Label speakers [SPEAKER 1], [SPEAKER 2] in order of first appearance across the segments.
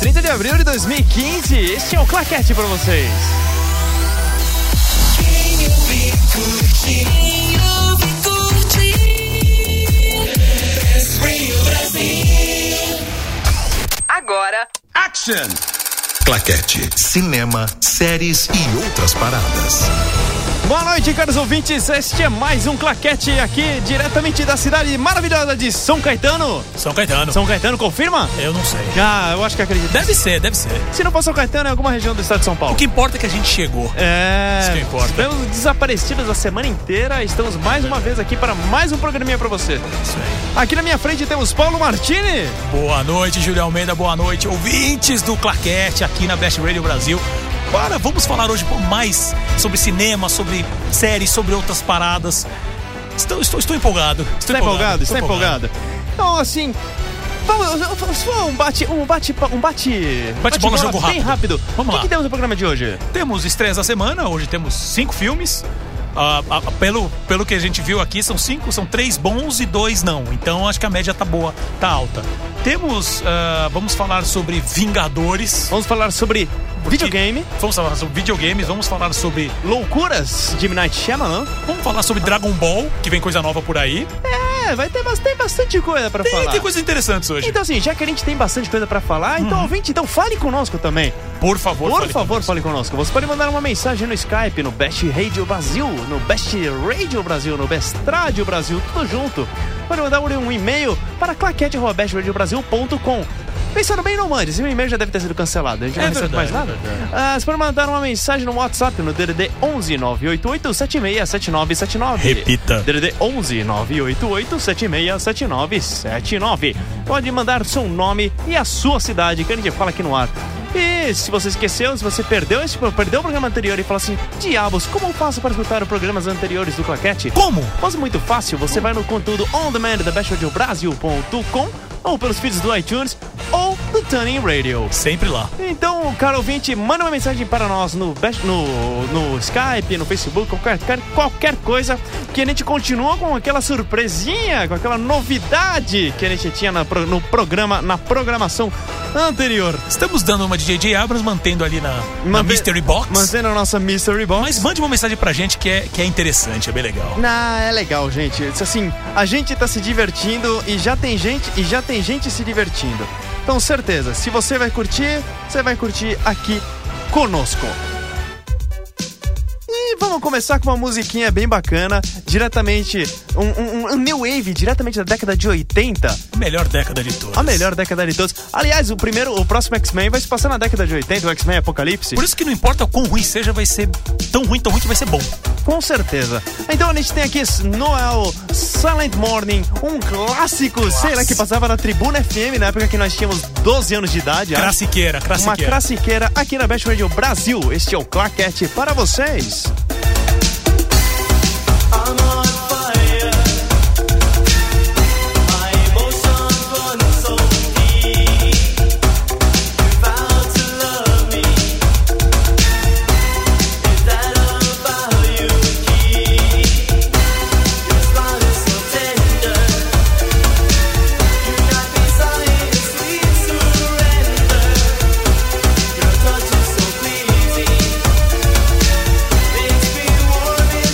[SPEAKER 1] 30 de abril de 2015. Este é o Claquete pra vocês.
[SPEAKER 2] Agora,
[SPEAKER 3] Action! Claquete, cinema, séries e outras paradas.
[SPEAKER 1] Boa noite, caros ouvintes. Este é mais um Claquete aqui, diretamente da cidade maravilhosa de São Caetano.
[SPEAKER 4] São Caetano.
[SPEAKER 1] São Caetano, confirma?
[SPEAKER 4] Eu não sei.
[SPEAKER 1] Ah, eu acho que acredito.
[SPEAKER 4] Deve ser, deve ser.
[SPEAKER 1] Se não for São Caetano, é alguma região do estado de São Paulo.
[SPEAKER 4] O que importa é que a gente chegou.
[SPEAKER 1] É,
[SPEAKER 4] Isso que importa.
[SPEAKER 1] estamos desaparecidos a semana inteira. Estamos mais uma vez aqui para mais um programinha pra você.
[SPEAKER 4] Isso aí.
[SPEAKER 1] Aqui na minha frente temos Paulo Martini.
[SPEAKER 4] Boa noite, Júlio Almeida. Boa noite, ouvintes do Claquete aqui na Best Radio Brasil. Bora, vamos falar hoje pô, mais sobre cinema, sobre séries, sobre outras paradas. Estou, estou, estou empolgado. Estou
[SPEAKER 1] Está tá empolgado?
[SPEAKER 4] estou
[SPEAKER 1] Está empolgado. Então, assim. Vamos, vamos vamos um bate. Um bate. Um bate.
[SPEAKER 4] Bate-bola, jogo
[SPEAKER 1] bem rápido.
[SPEAKER 4] rápido.
[SPEAKER 1] o
[SPEAKER 4] Vamos
[SPEAKER 1] que
[SPEAKER 4] lá.
[SPEAKER 1] que temos no programa de hoje?
[SPEAKER 4] Temos estreias da semana, hoje temos cinco filmes. Ah, ah, pelo, pelo que a gente viu aqui, são cinco, são três bons e dois não. Então acho que a média tá boa, tá alta. Temos. ah, vamos falar sobre Vingadores.
[SPEAKER 1] Vamos falar sobre
[SPEAKER 4] porque-
[SPEAKER 1] videogame,
[SPEAKER 4] Vamos falar sobre videogames, vamos falar sobre.
[SPEAKER 1] loucuras de Midnight Shyamalan.
[SPEAKER 4] Vamos falar sobre Dragon Ball, que vem coisa nova por aí.
[SPEAKER 1] É, vai ter bastante, bastante coisa pra
[SPEAKER 4] Tem,
[SPEAKER 1] falar.
[SPEAKER 4] tem coisas interessantes hoje.
[SPEAKER 1] Então, assim, já que a gente tem bastante coisa pra falar, então, ouvinte, então fale conosco também.
[SPEAKER 4] Por favor,
[SPEAKER 1] Então, Por
[SPEAKER 4] fale
[SPEAKER 1] favor,
[SPEAKER 4] conosco.
[SPEAKER 1] fale conosco. Você pode mandar uma mensagem no Skype, no Best Radio Brasil, no Best Radio Brasil, no Best Rádio Brasil, tudo junto. Pode mandar um e-mail para claquete.bestradiobrasil.com. Pensando bem, não mande. Esse e-mail já deve ter sido cancelado. A gente não
[SPEAKER 4] É
[SPEAKER 1] recebe mais
[SPEAKER 4] verdade,
[SPEAKER 1] nada.
[SPEAKER 4] é verdade.
[SPEAKER 1] Ah, você pode mandar uma mensagem no WhatsApp no DDD 11 988 767979.
[SPEAKER 4] Repita.
[SPEAKER 1] DDD 11 988 767979. Pode mandar seu nome e a sua cidade, que a gente fala aqui no ar. E se você esqueceu, se você perdeu esse perdeu o programa anterior e fala assim: Diabos, como eu faço para escutar os programas anteriores do Claquete?
[SPEAKER 4] Como?
[SPEAKER 1] Mas muito fácil, você vai no conteúdo on demand da bestradiobrasil.com ou pelos feeds do iTunes ou do Tuning Radio.
[SPEAKER 4] Sempre lá.
[SPEAKER 1] Então, caro ouvinte, manda uma mensagem para nós no, Best- no, no Skype, no Facebook, qualquer, qualquer- qualquer coisa, que a gente continua com aquela surpresinha, com aquela novidade que a gente tinha na pro- no programa, na programação anterior.
[SPEAKER 4] Estamos dando uma de JJ Abrams, mantendo ali na, na
[SPEAKER 1] Mante-
[SPEAKER 4] Mystery Box.
[SPEAKER 1] Mantendo a nossa Mystery Box.
[SPEAKER 4] Mas mande uma mensagem pra gente que é, que é interessante, é bem legal.
[SPEAKER 1] Ah, é legal, gente. Isso, Assim, a gente tá se divertindo e já tem gente e já tem gente se divertindo. Então, certeza, se você vai curtir, você vai curtir aqui conosco. E vamos começar com uma musiquinha bem bacana, diretamente um, um- um new wave, diretamente da década de 80,
[SPEAKER 4] Melhor década de todas.
[SPEAKER 1] a melhor década de todos. Aliás, o primeiro, o próximo X-Men vai se passar na década de 80, o X-Men Apocalipse.
[SPEAKER 4] Por isso que não importa o quão ruim seja, vai ser tão ruim, tão ruim que vai ser bom.
[SPEAKER 1] Com certeza. Então a gente tem aqui Noel Silent Morning, um clássico, sei lá, que passava na Tribuna FM na época que nós tínhamos 12 anos de idade. acho.
[SPEAKER 4] Crassiqueira,
[SPEAKER 1] Uma
[SPEAKER 4] crassiqueira.
[SPEAKER 1] classiqueira aqui na Best Radio Brasil. Este é o Claquete para vocês.
[SPEAKER 5] Surrender, your touch is so pleasing. Makes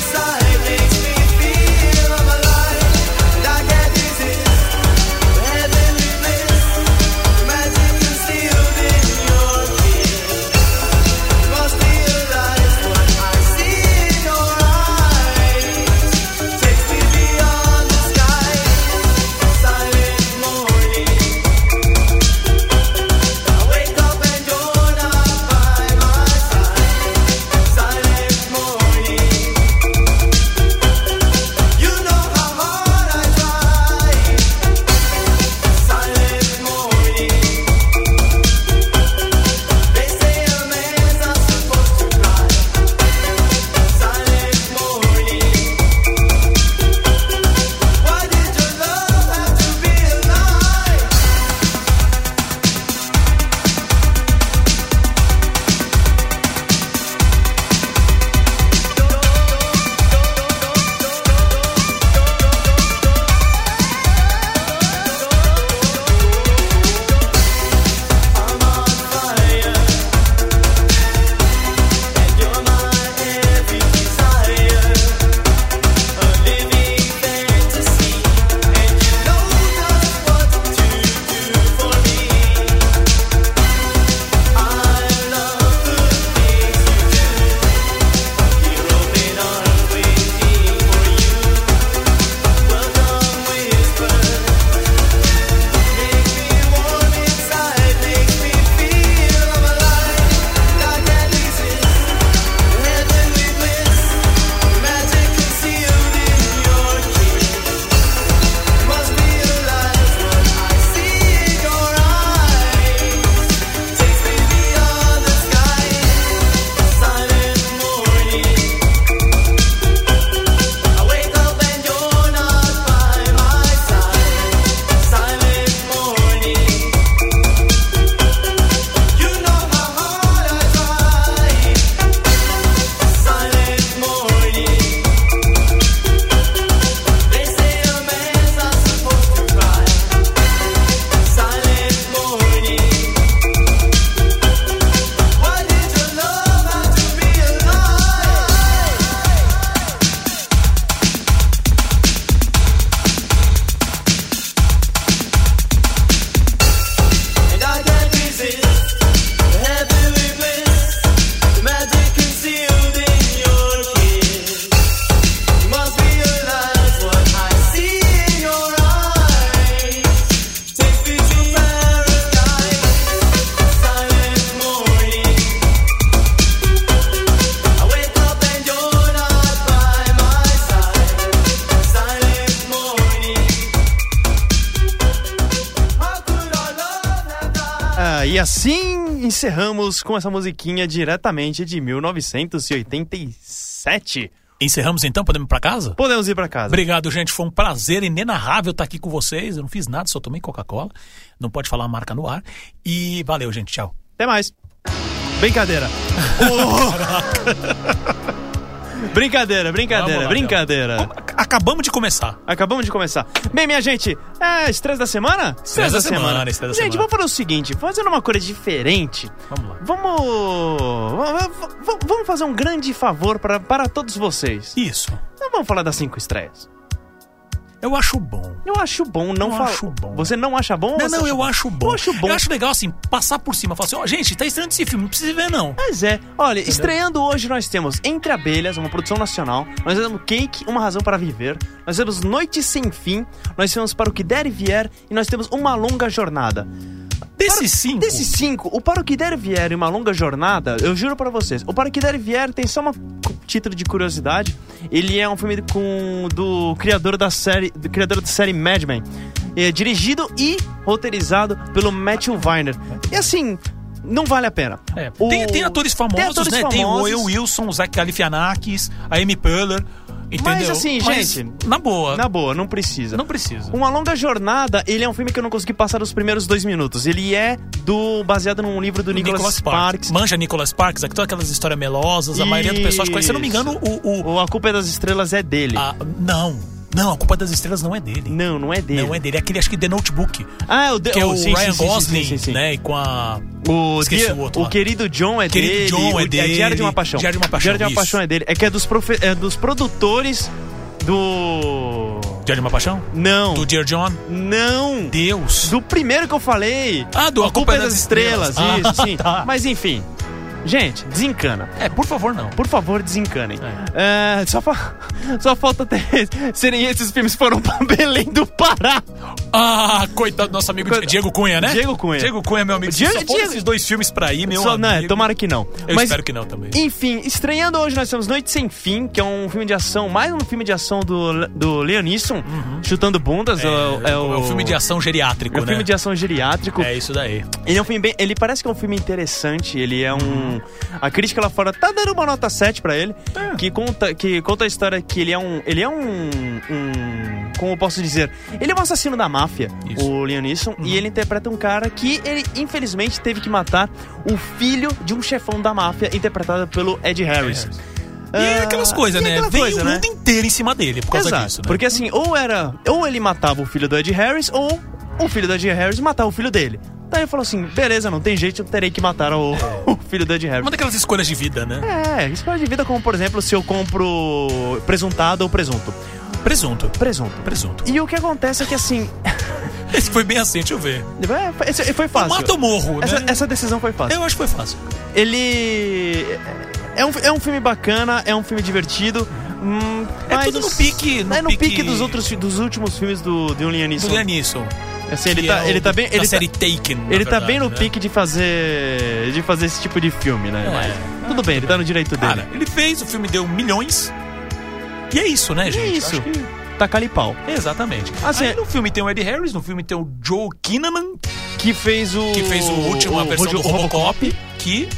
[SPEAKER 1] Ah, E assim encerramos com essa musiquinha diretamente de 1987.
[SPEAKER 4] Encerramos então, podemos ir pra casa?
[SPEAKER 1] Podemos ir pra casa.
[SPEAKER 4] Obrigado, gente. Foi um prazer inenarrável estar aqui com vocês. Eu não fiz nada, só tomei Coca-Cola. Não pode falar a marca no ar. E valeu, gente. Tchau.
[SPEAKER 1] Até mais. Brincadeira. Brincadeira, brincadeira,
[SPEAKER 4] Vamos lá,
[SPEAKER 1] brincadeira.
[SPEAKER 4] Acabamos de começar.
[SPEAKER 1] Acabamos de começar. Bem, minha gente, é estresse da semana?
[SPEAKER 4] Estresse da semana, estresse da
[SPEAKER 1] gente,
[SPEAKER 4] semana.
[SPEAKER 1] vamos fazer o seguinte, fazendo uma coisa diferente.
[SPEAKER 4] Vamos lá.
[SPEAKER 1] Vamos... v- v- Vamos fazer um grande favor para, para todos vocês.
[SPEAKER 4] Isso.
[SPEAKER 1] Não vamos falar das cinco estreias.
[SPEAKER 4] Eu acho bom.
[SPEAKER 1] Eu acho bom não
[SPEAKER 4] Eu
[SPEAKER 1] falar.
[SPEAKER 4] acho bom.
[SPEAKER 1] Você não acha bom? ou
[SPEAKER 4] Não,
[SPEAKER 1] você
[SPEAKER 4] não,
[SPEAKER 1] acha
[SPEAKER 4] eu acho bom.
[SPEAKER 1] Eu acho bom.
[SPEAKER 4] Eu acho legal, assim, passar por cima. Falar assim, ó, gente, tá estranho esse filme, não precisa ver, não.
[SPEAKER 1] Mas é, olha, estreando hoje nós temos Entre Abelhas, uma produção nacional, nós temos Cake, Uma Razão para Viver, nós temos Noite Sem Fim, nós temos Para o Que Der e Vier e nós temos Uma Longa Jornada.
[SPEAKER 4] Desses cinco,
[SPEAKER 1] Desses cinco, o Para o Que Der e Vier e Uma Longa Jornada, eu juro pra vocês, o Para o Que Der e Vier tem só um título de curiosidade, ele é um filme com, do criador da série, do criador da série Mad Men, é, dirigido e roteirizado pelo Matthew Weiner. E assim... Não vale a pena.
[SPEAKER 4] É.
[SPEAKER 1] O-
[SPEAKER 4] Tem, tem atores famosos,
[SPEAKER 1] atores
[SPEAKER 4] né? Tem o
[SPEAKER 1] famosos.
[SPEAKER 4] Owen Wilson, o Zach Galifianakis, a Amy Poehler, entendeu?
[SPEAKER 1] assim, gente,
[SPEAKER 4] Na boa,
[SPEAKER 1] Na boa, não precisa.
[SPEAKER 4] não precisa.
[SPEAKER 1] Uma Longa Jornada, ele é um filme que eu não consegui passar dos primeiros dois minutos. Ele é do baseado num livro do Nicholas, Sparks.
[SPEAKER 4] Manja Nicholas Sparks, aqui todas aquelas histórias melosas, a maioria do pessoal conhece. Se eu não me engano, o. o-
[SPEAKER 1] O A Culpa é das Estrelas é dele.
[SPEAKER 4] a- não, não, a culpa das estrelas não é dele.
[SPEAKER 1] Não, não é dele.
[SPEAKER 4] Não é dele, é aquele, acho que The Notebook.
[SPEAKER 1] Ah, é o, de...
[SPEAKER 4] Que é o
[SPEAKER 1] sim,
[SPEAKER 4] Ryan
[SPEAKER 1] sim, sim,
[SPEAKER 4] Gosling,
[SPEAKER 1] sim, sim, sim.
[SPEAKER 4] né? E com a.
[SPEAKER 1] O,
[SPEAKER 4] Esqueci
[SPEAKER 1] dia-
[SPEAKER 4] o outro
[SPEAKER 1] o
[SPEAKER 4] lá.
[SPEAKER 1] querido John é
[SPEAKER 4] Querido
[SPEAKER 1] dele.
[SPEAKER 4] John é
[SPEAKER 1] o- A Diário de uma
[SPEAKER 4] dele,
[SPEAKER 1] Paixão.
[SPEAKER 4] Diário de uma Paixão,
[SPEAKER 1] Diário de uma
[SPEAKER 4] isso.
[SPEAKER 1] Paixão é dele. É que é dos, profe- é dos produtores do.
[SPEAKER 4] Diário de uma Paixão?
[SPEAKER 1] Não.
[SPEAKER 4] Do Dear John?
[SPEAKER 1] Não.
[SPEAKER 4] Deus.
[SPEAKER 1] Hum. Do primeiro que eu falei.
[SPEAKER 4] Ah, do
[SPEAKER 1] A Culpa é das Estrelas,
[SPEAKER 4] Ah,
[SPEAKER 1] isso, sim.
[SPEAKER 4] tá.
[SPEAKER 1] Mas enfim. Gente, desencana.
[SPEAKER 4] É, por favor, não.
[SPEAKER 1] Por favor, desencanem. É, só, fa- só falta ter... serem esses filmes que foram pra Belém do Pará.
[SPEAKER 4] Ah, coitado do nosso amigo
[SPEAKER 1] Coitado.
[SPEAKER 4] Diego Cunha, né?
[SPEAKER 1] Diego Cunha.
[SPEAKER 4] Diego Cunha, meu amigo.
[SPEAKER 1] Diego-
[SPEAKER 4] Diego, só põe
[SPEAKER 1] Diego-
[SPEAKER 4] esses dois filmes pra ir, meu
[SPEAKER 1] Só-
[SPEAKER 4] amigo.
[SPEAKER 1] não, é, tomara que não.
[SPEAKER 4] Eu
[SPEAKER 1] Mas,
[SPEAKER 4] espero que não também.
[SPEAKER 1] enfim, estreando hoje nós temos Noite Sem Fim, que é um filme de ação, mais um filme de ação do, Le- do Leonisson, chutando bundas. É, o, é o-
[SPEAKER 4] Uhum. um filme de ação geriátrico,
[SPEAKER 1] É um
[SPEAKER 4] né?
[SPEAKER 1] filme de ação geriátrico.
[SPEAKER 4] É isso daí.
[SPEAKER 1] Ele é um filme bem, ele parece que é um filme interessante, ele é um a crítica lá fora tá dando uma nota 7 pra ele,
[SPEAKER 4] É.
[SPEAKER 1] que conta que conta a história que ele é um ele é um, um- como eu posso dizer, ele é um assassino da máfia,
[SPEAKER 4] Isso. Uhum.
[SPEAKER 1] o Leonisson, e ele interpreta um cara que ele infelizmente teve que matar o filho de um chefão da máfia interpretado pelo Ed Harris.
[SPEAKER 4] E é aquelas
[SPEAKER 1] Ah,
[SPEAKER 4] coisas,
[SPEAKER 1] e
[SPEAKER 4] né?
[SPEAKER 1] aquela
[SPEAKER 4] Vem
[SPEAKER 1] coisa,
[SPEAKER 4] o
[SPEAKER 1] né?
[SPEAKER 4] mundo inteiro em cima dele por causa
[SPEAKER 1] Exato,
[SPEAKER 4] disso, né?
[SPEAKER 1] Porque assim, ou era. Ou ele matava o filho do Ed Harris, ou o filho do Ed Harris matava o filho dele. Daí ele falou assim: beleza, não tem jeito, eu terei que matar o, o filho do Ed Harris.
[SPEAKER 4] É Uma daquelas escolhas de vida, né?
[SPEAKER 1] É, escolha de vida como, por exemplo, se eu compro presuntado ou presunto.
[SPEAKER 4] Presunto.
[SPEAKER 1] Presunto.
[SPEAKER 4] Presunto.
[SPEAKER 1] E o que acontece é que assim.
[SPEAKER 4] Esse foi bem assim, deixa eu ver.
[SPEAKER 1] é, foi- esse- foi fácil.
[SPEAKER 4] Mata ou morro,
[SPEAKER 1] Essa, é-
[SPEAKER 4] né?
[SPEAKER 1] essa decisão foi fácil.
[SPEAKER 4] Eu acho que foi fácil.
[SPEAKER 1] Ele. É um, é um filme bacana, é um filme divertido. hum,
[SPEAKER 4] É
[SPEAKER 1] mas
[SPEAKER 4] tudo no
[SPEAKER 1] os-
[SPEAKER 4] pique- no
[SPEAKER 1] é no pique,
[SPEAKER 4] pique-
[SPEAKER 1] dos outros dos últimos filmes do, um do Leonisson.
[SPEAKER 4] Julian Nisson.
[SPEAKER 1] Assim, ele
[SPEAKER 4] que
[SPEAKER 1] tá,
[SPEAKER 4] é o
[SPEAKER 1] ele tá bem.
[SPEAKER 4] da
[SPEAKER 1] Ele tá,
[SPEAKER 4] série Taken. na
[SPEAKER 1] ele tá
[SPEAKER 4] verdade,
[SPEAKER 1] bem no
[SPEAKER 4] né?
[SPEAKER 1] pique de fazer. de fazer esse tipo de filme, né?
[SPEAKER 4] É.
[SPEAKER 1] Mas tudo bem, ele tá no direito
[SPEAKER 4] Cara,
[SPEAKER 1] dele.
[SPEAKER 4] ele fez, o filme deu milhões. E é isso, né, gente?
[SPEAKER 1] é
[SPEAKER 4] Eu
[SPEAKER 1] isso.
[SPEAKER 4] acho que-
[SPEAKER 1] Tacar-lhe pau.
[SPEAKER 4] Exatamente.
[SPEAKER 1] Assim,
[SPEAKER 4] Aí no filme tem o Ed Harris, no filme tem o Joe Kinnaman,
[SPEAKER 1] Que fez o.
[SPEAKER 4] que fez o último, a
[SPEAKER 1] o-
[SPEAKER 4] versão
[SPEAKER 1] o-
[SPEAKER 4] do
[SPEAKER 1] o
[SPEAKER 4] Robocop, que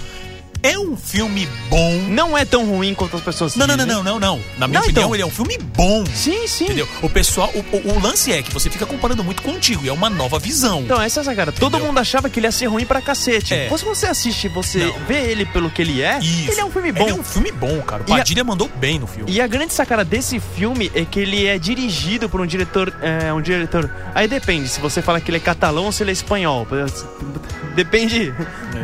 [SPEAKER 4] é um filme bom.
[SPEAKER 1] Não é tão ruim quanto as pessoas
[SPEAKER 4] Não, não, não,
[SPEAKER 1] dizem.
[SPEAKER 4] não, não, não. Na minha
[SPEAKER 1] Não,
[SPEAKER 4] opinião,
[SPEAKER 1] então.
[SPEAKER 4] ele é um filme bom.
[SPEAKER 1] Sim, sim.
[SPEAKER 4] Entendeu? O pessoal, o, o- o lance é que você fica comparando muito contigo, e é uma nova visão.
[SPEAKER 1] Então, essa é essa, cara. Todo
[SPEAKER 4] Entendeu?
[SPEAKER 1] mundo achava que ele ia ser ruim pra cacete.
[SPEAKER 4] É.
[SPEAKER 1] Mas Se você assiste você
[SPEAKER 4] Não.
[SPEAKER 1] vê ele pelo que ele é,
[SPEAKER 4] Isso.
[SPEAKER 1] ele é um filme bom.
[SPEAKER 4] Ele é um filme bom, cara. O
[SPEAKER 1] E a-
[SPEAKER 4] Padilha mandou bem no filme.
[SPEAKER 1] E a grande sacada desse filme é que ele é dirigido por um diretor. É, um diretor. Aí depende se você fala que ele é catalão ou se ele é espanhol. Depende.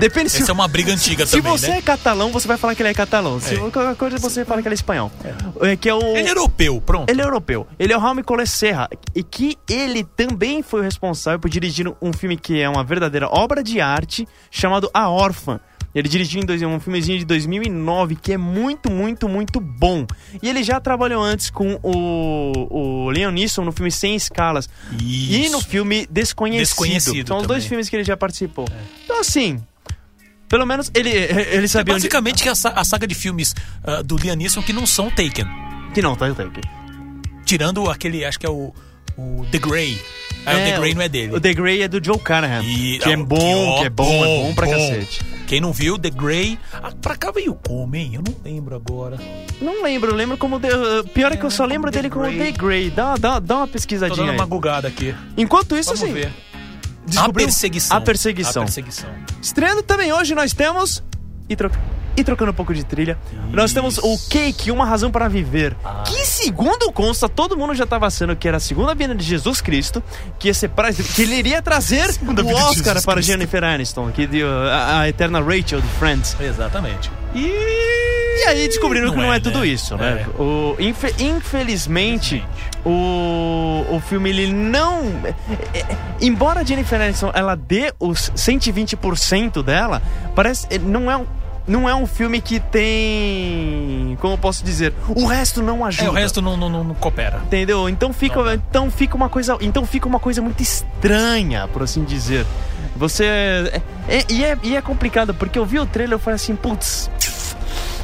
[SPEAKER 1] Depende se.
[SPEAKER 4] Essa é uma briga antiga
[SPEAKER 1] se
[SPEAKER 4] também,
[SPEAKER 1] você
[SPEAKER 4] né?
[SPEAKER 1] é catalão, você vai falar que ele é catalão. Se
[SPEAKER 4] É.
[SPEAKER 1] qualquer coisa você fala que ele é espanhol. É. que é o.
[SPEAKER 4] Ele é europeu, pronto.
[SPEAKER 1] Ele é europeu. Ele é o Jaume Cole Serra. E que ele também foi o responsável por dirigir um filme que é uma verdadeira obra de arte, chamado A Órfã. Ele dirigiu em dois, um filmezinho de 2009 que é muito, muito, muito bom. E ele já trabalhou antes com o, o Leonisson no filme Sem Escalas. E
[SPEAKER 4] Isso.
[SPEAKER 1] no filme Desconhecido.
[SPEAKER 4] Desconhecido
[SPEAKER 1] São os dois
[SPEAKER 4] também. É.
[SPEAKER 1] filmes que ele já participou. Então, assim, pelo menos ele, ele sabia onde...
[SPEAKER 4] Basicamente que a, sa- a saga de filmes ah, do Liam Neeson que não são Taken.
[SPEAKER 1] Que não, tá, tá aqui.
[SPEAKER 4] Tirando aquele, acho que é o o The Grey. Ah, o The Grey não é dele.
[SPEAKER 1] O The Grey é do Joe Carnahan.
[SPEAKER 4] E-
[SPEAKER 1] que é
[SPEAKER 4] ah,
[SPEAKER 1] bom,
[SPEAKER 4] ó,
[SPEAKER 1] que é bom, é bom pra cacete.
[SPEAKER 4] Quem não viu, The Grey. Ah, pra cá veio como, hein? Eu não lembro agora.
[SPEAKER 1] Não lembro, eu lembro como. The- pior é que eu só lembro
[SPEAKER 4] The
[SPEAKER 1] dele como
[SPEAKER 4] Grey.
[SPEAKER 1] The Grey. Dá, dá, dá uma
[SPEAKER 4] Tô
[SPEAKER 1] pesquisadinha
[SPEAKER 4] dando uma
[SPEAKER 1] aí.
[SPEAKER 4] gugada aqui.
[SPEAKER 1] Enquanto isso,
[SPEAKER 4] Vamos
[SPEAKER 1] assim,
[SPEAKER 4] ver.
[SPEAKER 1] descobriu-
[SPEAKER 4] A perseguição.
[SPEAKER 1] A perseguição.
[SPEAKER 4] A perseguição.
[SPEAKER 1] Estreando também hoje, nós temos. E, tro- e trocando um pouco de trilha, nós temos o Cake, Uma Razão para Viver.
[SPEAKER 4] Ah.
[SPEAKER 1] Que, segundo consta, todo mundo já estava sendo que era a segunda vinda de Jesus Cristo, que, ia ser pra- que ele iria trazer o
[SPEAKER 4] vinda de
[SPEAKER 1] Oscar
[SPEAKER 4] Jesus
[SPEAKER 1] para
[SPEAKER 4] Cristo.
[SPEAKER 1] Jennifer Aniston, que deu a, a eterna Rachel de Friends.
[SPEAKER 4] Exatamente.
[SPEAKER 1] E, e aí descobriram
[SPEAKER 4] Não
[SPEAKER 1] que não é,
[SPEAKER 4] é,
[SPEAKER 1] tudo
[SPEAKER 4] né?
[SPEAKER 1] isso, né?
[SPEAKER 4] É.
[SPEAKER 1] O, infe- infelizmente, o, o filme ele não. é- é- embora a Jennifer Aniston ela dê os 120% dela, parece. é, Não é um. Não é um filme que tem. Como eu posso dizer? O resto não ajuda.
[SPEAKER 4] É, o resto não, não, não, não coopera.
[SPEAKER 1] Entendeu? Então fica,
[SPEAKER 4] Não dá.
[SPEAKER 1] então fica uma coisa, então fica uma coisa muito estranha, por assim dizer. Você é- é- e, é, e é complicado porque eu vi o trailer e falei assim, putz.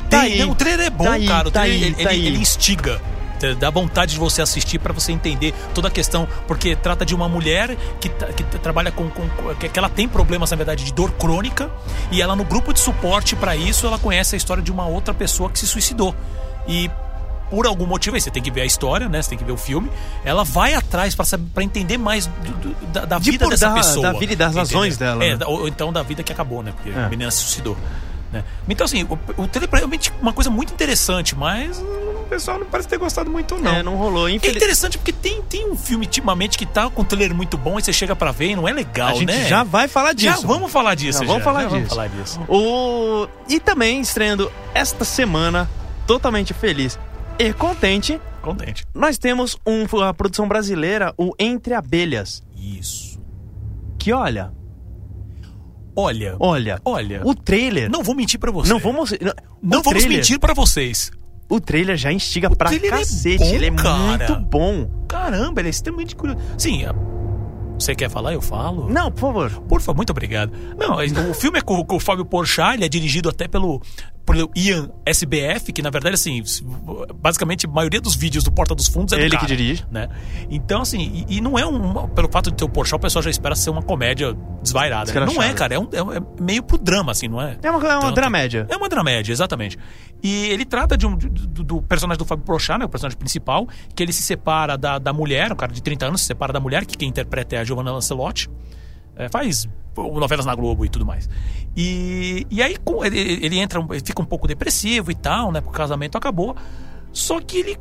[SPEAKER 1] tá
[SPEAKER 4] Tem-
[SPEAKER 1] aí.
[SPEAKER 4] não, o trailer é bom,
[SPEAKER 1] Tá aí,
[SPEAKER 4] cara. O
[SPEAKER 1] tá
[SPEAKER 4] trailer,
[SPEAKER 1] aí,
[SPEAKER 4] ele,
[SPEAKER 1] tá
[SPEAKER 4] ele-
[SPEAKER 1] aí.
[SPEAKER 4] ele instiga. Tá- Dá vontade de você assistir pra você entender toda a questão, porque trata de uma mulher que, tá- que tá- trabalha com, com- com- que, que ela tem problemas, na verdade, de dor crônica, e ela, no grupo de suporte pra isso, ela conhece a história de uma outra pessoa que se suicidou. E por algum motivo, aí você tem que ver a história, né? Você tem que ver o filme. Ela vai atrás pra saber- pra entender mais do- do- da, da
[SPEAKER 1] De
[SPEAKER 4] vida
[SPEAKER 1] por-
[SPEAKER 4] dessa
[SPEAKER 1] da-
[SPEAKER 4] pessoa.
[SPEAKER 1] da vida e das razões dela,
[SPEAKER 4] É,
[SPEAKER 1] né?
[SPEAKER 4] da- ou, ou então da vida que acabou, né? Porque
[SPEAKER 1] É.
[SPEAKER 4] a menina se suicidou. né? Então, assim, o, o trailer é realmente uma coisa muito interessante, mas hum, o pessoal não parece ter gostado muito, não.
[SPEAKER 1] É, não rolou.
[SPEAKER 4] É
[SPEAKER 1] Infeliz...
[SPEAKER 4] interessante porque tem, tem um filme ultimamente que tá com um trailer muito bom e você chega pra ver e não é legal,
[SPEAKER 1] A gente
[SPEAKER 4] né?
[SPEAKER 1] já vai falar disso.
[SPEAKER 4] Já vamos falar disso,
[SPEAKER 1] Já vamos falar disso.
[SPEAKER 4] falar disso.
[SPEAKER 1] O... E também estreando esta semana, totalmente feliz e contente,
[SPEAKER 4] Contente.
[SPEAKER 1] nós temos um, a produção brasileira, o Entre Abelhas.
[SPEAKER 4] Isso.
[SPEAKER 1] Que olha,
[SPEAKER 4] Olha,
[SPEAKER 1] olha,
[SPEAKER 4] olha.
[SPEAKER 1] o trailer.
[SPEAKER 4] Não vou mentir pra você.
[SPEAKER 1] Não um vamos. Não,
[SPEAKER 4] Não
[SPEAKER 1] o
[SPEAKER 4] vamos
[SPEAKER 1] trailer-
[SPEAKER 4] mentir pra vocês.
[SPEAKER 1] O trailer já instiga pra
[SPEAKER 4] trailer é
[SPEAKER 1] cacete.
[SPEAKER 4] bom,
[SPEAKER 1] ele é
[SPEAKER 4] cara.
[SPEAKER 1] muito bom.
[SPEAKER 4] Caramba, ele é extremamente curioso. Sim, a- você quer falar? Eu falo.
[SPEAKER 1] Não, por favor.
[SPEAKER 4] Por favor, muito obrigado. Não, é- o filme é com, com o Fábio Porchat, ele é dirigido até pelo, pelo Ian SBF, que na verdade, assim, s- basicamente a maioria dos vídeos do Porta dos Fundos é do
[SPEAKER 1] Ele que
[SPEAKER 4] cara,
[SPEAKER 1] dirige.
[SPEAKER 4] Né? Então, assim, e, e não é um... Pelo fato de ter o Porchat, o pessoal já espera ser uma comédia desvairada. né? Não é,
[SPEAKER 1] Escrachada.
[SPEAKER 4] cara, é, um- é um- é médio pro drama, assim, não é?
[SPEAKER 1] É uma, é uma
[SPEAKER 4] Tanto.
[SPEAKER 1] dramédia.
[SPEAKER 4] É uma dramédia, exatamente. E ele trata de um, do, do personagem do Fábio Porchat, né, o personagem principal, que ele se separa da, da mulher, um cara de 30 anos se separa da mulher, que quem interpreta é a Giovanna Lancelotti. É, faz pô, novelas na Globo e tudo mais. E, e aí com- ele, ele entra, um- ele fica um pouco depressivo e tal, né? Porque o casamento acabou. Só que ele.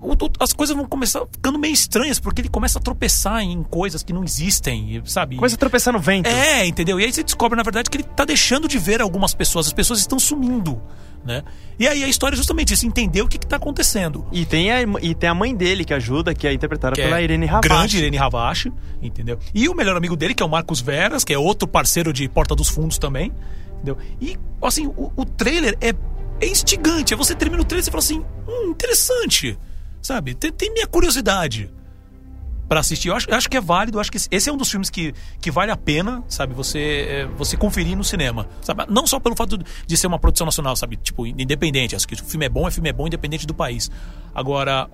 [SPEAKER 4] o- o- As coisas vão começar ficando meio estranhas, porque ele começa a tropeçar em coisas que não existem, e, sabe?
[SPEAKER 1] Começa a tropeçar no vento.
[SPEAKER 4] É, entendeu? E aí você descobre, na verdade, que ele tá deixando de ver algumas pessoas, as pessoas estão sumindo, né? E aí a história é justamente isso, entender o que, que tá acontecendo.
[SPEAKER 1] E, tem a, e tem a mãe dele que ajuda, que é interpretada
[SPEAKER 4] Que
[SPEAKER 1] pela
[SPEAKER 4] é
[SPEAKER 1] Irene Ravache.
[SPEAKER 4] Grande Irene Ravache, entendeu? E o melhor amigo dele, que é o Marcos Veras, que é outro parceiro de Porta dos Fundos também, entendeu? E, assim, o, o trailer é, é instigante. Aí você termina o trailer e você fala assim, hum, interessante, sabe? Tem, tem minha curiosidade pra assistir. Eu acho, eu acho que é válido, eu acho que esse- esse é um dos filmes que, que vale a pena, sabe? Você é, você conferir no cinema, sabe? Não só pelo fato de ser uma produção nacional, sabe? Tipo, independente. Acho que o filme é bom, é filme é bom, independente do país. Agora,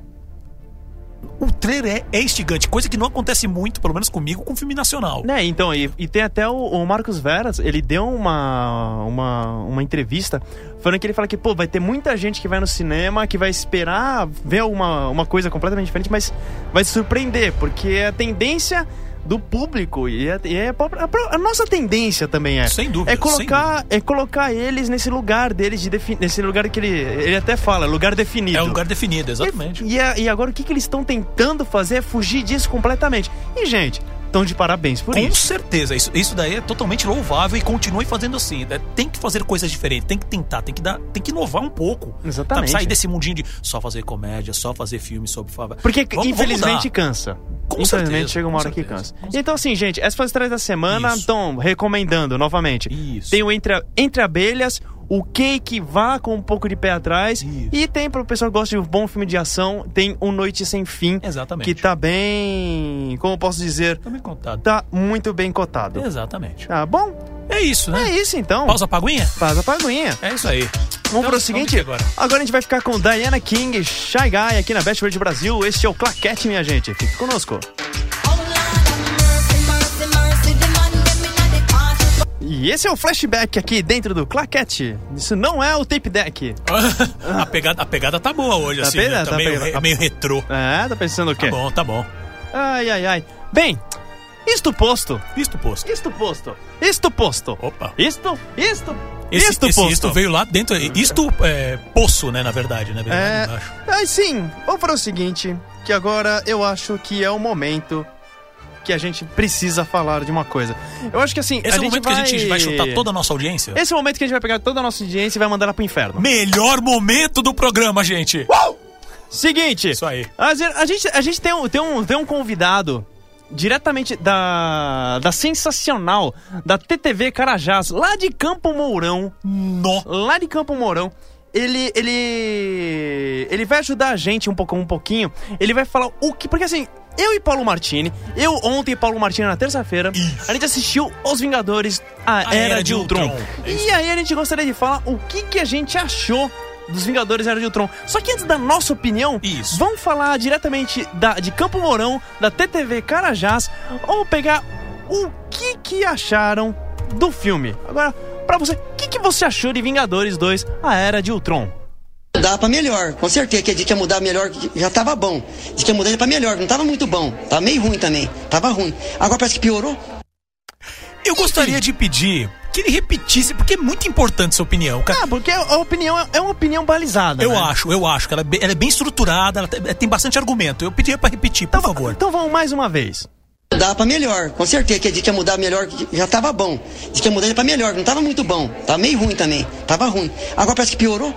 [SPEAKER 4] o trailer é, é instigante, coisa que não acontece muito, pelo menos comigo, com filme nacional.
[SPEAKER 1] Né, então, e, e tem até o, o Marcos Veras, ele deu uma, uma, uma entrevista falando que ele fala que, pô, vai ter muita gente que vai no cinema, que vai esperar ver uma, uma coisa completamente diferente, mas vai se surpreender, porque é a tendência do público e, a, e é a, própria- a pró- a nossa tendência também é.
[SPEAKER 4] Sem dúvida.
[SPEAKER 1] É
[SPEAKER 4] sem dúvida.
[SPEAKER 1] colocar, é colocar eles nesse lugar deles, de defi- nesse lugar que ele, ele até fala, lugar definido.
[SPEAKER 4] É um lugar definido, exatamente.
[SPEAKER 1] E, a- e agora o que, que eles estão tentando fazer é fugir disso completamente. E, gente, estão de parabéns por
[SPEAKER 4] Com
[SPEAKER 1] isso.
[SPEAKER 4] certeza, isso, isso daí é totalmente louvável e continue fazendo assim. né? Tem que fazer coisas diferentes, tem que tentar, tem que dar, tem que inovar um pouco. Sabe?
[SPEAKER 1] Exatamente.
[SPEAKER 4] Sair desse mundinho de só fazer comédia, só fazer filme sobre favela.
[SPEAKER 1] Porque,
[SPEAKER 4] Vamos- vamos
[SPEAKER 1] infelizmente,
[SPEAKER 4] mudar.
[SPEAKER 1] cansa.
[SPEAKER 4] Com
[SPEAKER 1] infelizmente,
[SPEAKER 4] certeza,
[SPEAKER 1] chega uma
[SPEAKER 4] com
[SPEAKER 1] hora que
[SPEAKER 4] certeza,
[SPEAKER 1] cansa.
[SPEAKER 4] com
[SPEAKER 1] Então, assim, gente, essas foram as três da semana.
[SPEAKER 4] Isso.
[SPEAKER 1] Então, recomendando novamente.
[SPEAKER 4] Isso.
[SPEAKER 1] Tem o Entre, Entre Abelhas, o que vá com um pouco de pé atrás.
[SPEAKER 4] Isso.
[SPEAKER 1] E tem para o pessoal que gosta de um bom filme de ação, tem Um Noite Sem Fim,
[SPEAKER 4] Exatamente.
[SPEAKER 1] que tá bem, como eu posso dizer,
[SPEAKER 4] Tá bem contado.
[SPEAKER 1] tá muito bem cotado.
[SPEAKER 4] Exatamente.
[SPEAKER 1] Tá bom?
[SPEAKER 4] É isso, né?
[SPEAKER 1] É isso então.
[SPEAKER 4] Pausa pra aguinha?
[SPEAKER 1] Faz a paguinha.
[SPEAKER 4] É isso aí.
[SPEAKER 1] Vamos para o
[SPEAKER 4] Então, vamos
[SPEAKER 1] seguinte.
[SPEAKER 4] ver
[SPEAKER 1] Agora.
[SPEAKER 4] agora.
[SPEAKER 1] a gente vai ficar com Diana King, Shy Guy aqui na Best Verde Brasil. Este é o Claquete, minha gente. Fique conosco. E esse é o flashback aqui dentro do Claquete. Isso não é o tape deck.
[SPEAKER 4] a, pegada, a pegada tá boa hoje,
[SPEAKER 1] Tá
[SPEAKER 4] assim. né?
[SPEAKER 1] pegada,
[SPEAKER 4] tá
[SPEAKER 1] tá
[SPEAKER 4] meio,
[SPEAKER 1] pegada.
[SPEAKER 4] re- meio retrô.
[SPEAKER 1] Ah, tá pensando o
[SPEAKER 4] Tá
[SPEAKER 1] quê?
[SPEAKER 4] bom, tá bom.
[SPEAKER 1] ai, ai, ai. Bem, isto posto.
[SPEAKER 4] Isto posto.
[SPEAKER 1] Isto posto. Isto posto.
[SPEAKER 4] Opa.
[SPEAKER 1] Isto, isto,
[SPEAKER 4] Esse,
[SPEAKER 1] isto
[SPEAKER 4] esse
[SPEAKER 1] posto.
[SPEAKER 4] isto veio lá dentro. Isto é poço, né? Na verdade, né? bem lá
[SPEAKER 1] É,
[SPEAKER 4] embaixo.
[SPEAKER 1] mas sim, vamos para o seguinte, que agora eu acho que é o momento que a gente precisa falar de uma coisa. Eu acho que assim,
[SPEAKER 4] Esse
[SPEAKER 1] a
[SPEAKER 4] é o
[SPEAKER 1] gente
[SPEAKER 4] momento
[SPEAKER 1] vai...
[SPEAKER 4] que a gente vai chutar toda a nossa audiência?
[SPEAKER 1] Esse é o momento que a gente vai pegar toda a nossa audiência e vai mandar ela pro inferno.
[SPEAKER 4] Melhor momento do programa, gente!
[SPEAKER 1] Seguinte,
[SPEAKER 4] Isso aí.
[SPEAKER 1] a gen- a gente, a gente tem, um, tem, um, tem um convidado diretamente da, da sensacional, da TTV Carajás, lá de Campo Mourão,
[SPEAKER 4] Nó.
[SPEAKER 1] lá de Campo Mourão. Ele, ele, ele vai ajudar a gente um pouco, um pouquinho. Ele vai falar o que, porque assim, eu e Paulo Martini, eu ontem e Paulo Martini na terça-feira,
[SPEAKER 4] Isso.
[SPEAKER 1] a gente assistiu Os Vingadores, a, Era, de Ultron.
[SPEAKER 4] É isso.
[SPEAKER 1] E aí a gente gostaria de falar o que, que a gente achou dos Vingadores Era de Ultron. Só que antes da nossa opinião,
[SPEAKER 4] Isso.
[SPEAKER 1] vamos falar diretamente da, de Campo Mourão, da TTV Carajás, ou pegar o que que acharam do filme. Agora, pra você, o que, que você achou de Vingadores 2, A Era de Ultron?
[SPEAKER 5] mudar pra melhor, com certeza. Que a gente ia mudar melhor, que já tava bom. Diz que ia mudar pra melhor, não tava muito bom. Tava meio ruim também. Tava ruim. Agora parece que piorou.
[SPEAKER 4] Eu gostaria de pedir que ele repetisse, porque é muito importante sua opinião, cara.
[SPEAKER 1] Ah, porque a opinião é, é uma opinião balizada,
[SPEAKER 4] Eu
[SPEAKER 1] né?
[SPEAKER 4] acho, eu acho que ela é bem, ela é bem estruturada, ela te- é, tem bastante argumento. Eu pediria pra repetir, por favor.
[SPEAKER 1] Então vamos mais uma vez.
[SPEAKER 5] Mudar pra melhor, com certeza. Que a gente ia mudar melhor, que já tava bom. Diz que ia mudar pra melhor, não tava muito bom. Tava meio ruim também. Tava ruim. Agora parece que piorou.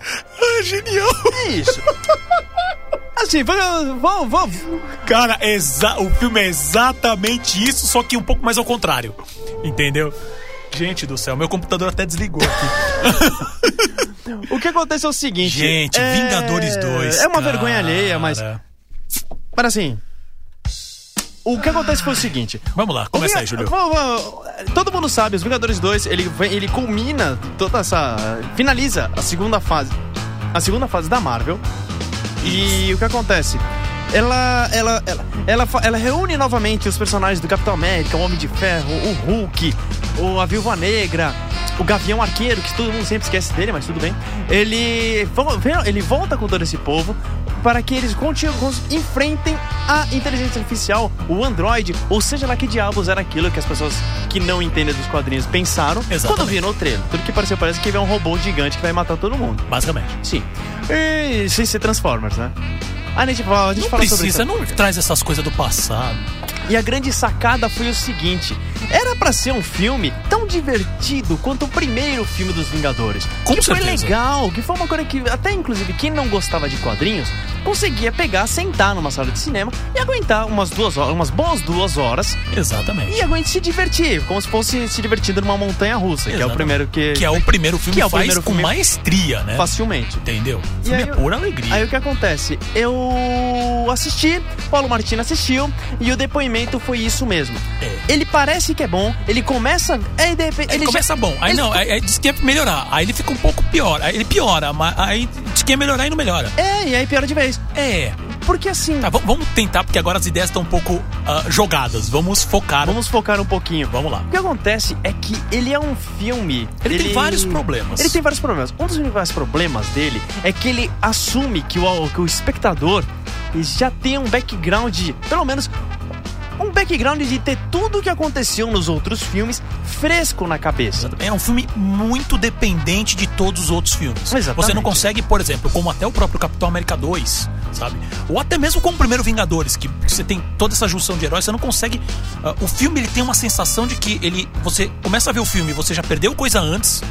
[SPEAKER 4] Ah, genial!
[SPEAKER 1] É isso. Assim, vamos, vamos, vamos.
[SPEAKER 4] Cara, exa- o filme é exatamente isso, só que um pouco mais ao contrário. Entendeu? Gente do céu, meu computador até desligou aqui.
[SPEAKER 1] O que acontece é o seguinte.
[SPEAKER 4] Gente,
[SPEAKER 1] é-
[SPEAKER 4] Vingadores 2.
[SPEAKER 1] É uma
[SPEAKER 4] cara.
[SPEAKER 1] vergonha alheia, mas. Mas assim. O que acontece foi o seguinte.
[SPEAKER 4] Vamos lá, começa
[SPEAKER 1] O
[SPEAKER 4] aí,
[SPEAKER 1] Vinga-
[SPEAKER 4] Júlio.
[SPEAKER 1] Vamos, vamos. Todo mundo sabe, os Vingadores 2, ele, vem- ele culmina toda essa. Finaliza a segunda fase. A segunda fase da Marvel. E o que acontece? Ela, ela, ela, ela, fa- ela reúne novamente os personagens do Capitão América, o Homem de Ferro, o Hulk, o, a Viúva Negra, o Gavião Arqueiro, que todo mundo sempre esquece dele, mas tudo bem. Ele, vo- vem- ele volta com todo esse povo para que eles continu- cons- enfrentem a inteligência artificial, o Android, ou seja lá que diabos era aquilo que as pessoas que não entendem dos quadrinhos pensaram quando
[SPEAKER 4] Exatamente.
[SPEAKER 1] viram o trailer. Tudo que pareceu parece que vem um robô gigante que vai matar todo mundo.
[SPEAKER 4] Basicamente.
[SPEAKER 1] Sim. E sem ser Transformers, né? A gente fala, a gente
[SPEAKER 4] Não
[SPEAKER 1] fala sobre
[SPEAKER 4] precisa,
[SPEAKER 1] isso.
[SPEAKER 4] não traz essas coisas do passado.
[SPEAKER 1] E a grande sacada foi o seguinte: era pra ser um filme tão divertido quanto o primeiro filme dos Vingadores.
[SPEAKER 4] Com
[SPEAKER 1] que foi
[SPEAKER 4] certeza.
[SPEAKER 1] legal, que foi uma coisa que até inclusive quem não gostava de quadrinhos conseguia pegar, sentar numa sala de cinema e aguentar umas duas horas, umas boas duas horas
[SPEAKER 4] Exatamente.
[SPEAKER 1] e é aguente se divertir, como se fosse se divertindo numa montanha russa, que é o
[SPEAKER 4] Exatamente.
[SPEAKER 1] primeiro que,
[SPEAKER 4] Que é o primeiro filme
[SPEAKER 1] Que
[SPEAKER 4] que
[SPEAKER 1] é o
[SPEAKER 4] faz
[SPEAKER 1] primeiro
[SPEAKER 4] com
[SPEAKER 1] filme-
[SPEAKER 4] maestria, né?
[SPEAKER 1] facilmente.
[SPEAKER 4] Entendeu? O
[SPEAKER 1] E aí
[SPEAKER 4] filme é
[SPEAKER 1] eu-
[SPEAKER 4] pura alegria.
[SPEAKER 1] Aí o que acontece? Eu assisti, Paulo Martins assistiu e o depoimento foi isso mesmo.
[SPEAKER 4] É.
[SPEAKER 1] Ele parece que é bom, ele começa. Aí de repente.
[SPEAKER 4] Aí
[SPEAKER 1] Ele
[SPEAKER 4] começa
[SPEAKER 1] já,
[SPEAKER 4] bom. Aí
[SPEAKER 1] ele-
[SPEAKER 4] não, aí, aí diz que ia melhorar. Aí ele fica um pouco pior. Aí ele piora, mas aí diz que ia melhorar e não melhora.
[SPEAKER 1] É, e aí piora de vez.
[SPEAKER 4] É.
[SPEAKER 1] Porque assim.
[SPEAKER 4] Tá, v- vamos tentar, porque agora as ideias estão um pouco ah, jogadas. Vamos focar. Vamos,
[SPEAKER 1] Vamos focar um pouquinho.
[SPEAKER 4] lá.
[SPEAKER 1] O que acontece é que ele é um filme.
[SPEAKER 4] Ele, tem vários problemas.
[SPEAKER 1] Ele tem vários problemas. Um dos principais problemas dele é que ele assume que o, que o espectador já tem um background, de, pelo menos um background de ter tudo o que aconteceu nos outros filmes fresco na cabeça.
[SPEAKER 4] É um filme muito dependente de todos os outros filmes.
[SPEAKER 1] Exatamente.
[SPEAKER 4] Você não consegue, por exemplo, como até o próprio Capitão América 2, sabe? Ou até mesmo como o primeiro Vingadores, que você tem toda essa junção de heróis, você não consegue. ah, o filme ele tem uma sensação de que ele. Você começa a ver o filme, você já perdeu coisa antes.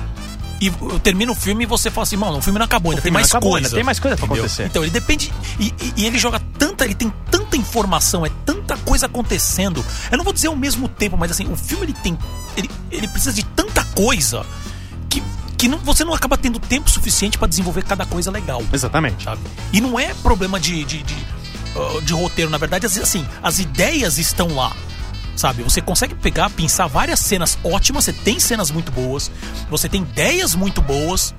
[SPEAKER 4] E uh, termina o filme e você fala assim, mano, o filme não acabou, ainda tem
[SPEAKER 1] filme não
[SPEAKER 4] mais
[SPEAKER 1] acabou,
[SPEAKER 4] coisa.
[SPEAKER 1] ainda tem mais coisa pra
[SPEAKER 4] Entendeu?
[SPEAKER 1] acontecer.
[SPEAKER 4] Então ele depende. E, e- e ele joga tanta. Ele tem tanta informação, é tanta coisa acontecendo. Eu não vou dizer ao mesmo tempo, mas assim, o filme ele tem. Ele, ele precisa de tanta coisa que que não, você não acaba tendo tempo suficiente pra desenvolver cada coisa legal.
[SPEAKER 1] Exatamente.
[SPEAKER 4] sabe? E não é problema de, de, de, uh, de roteiro, na verdade, as- assim, as ideias estão lá. Sabe, você consegue pegar, pensar várias cenas ótimas, você tem cenas muito boas, você tem ideias muito boas,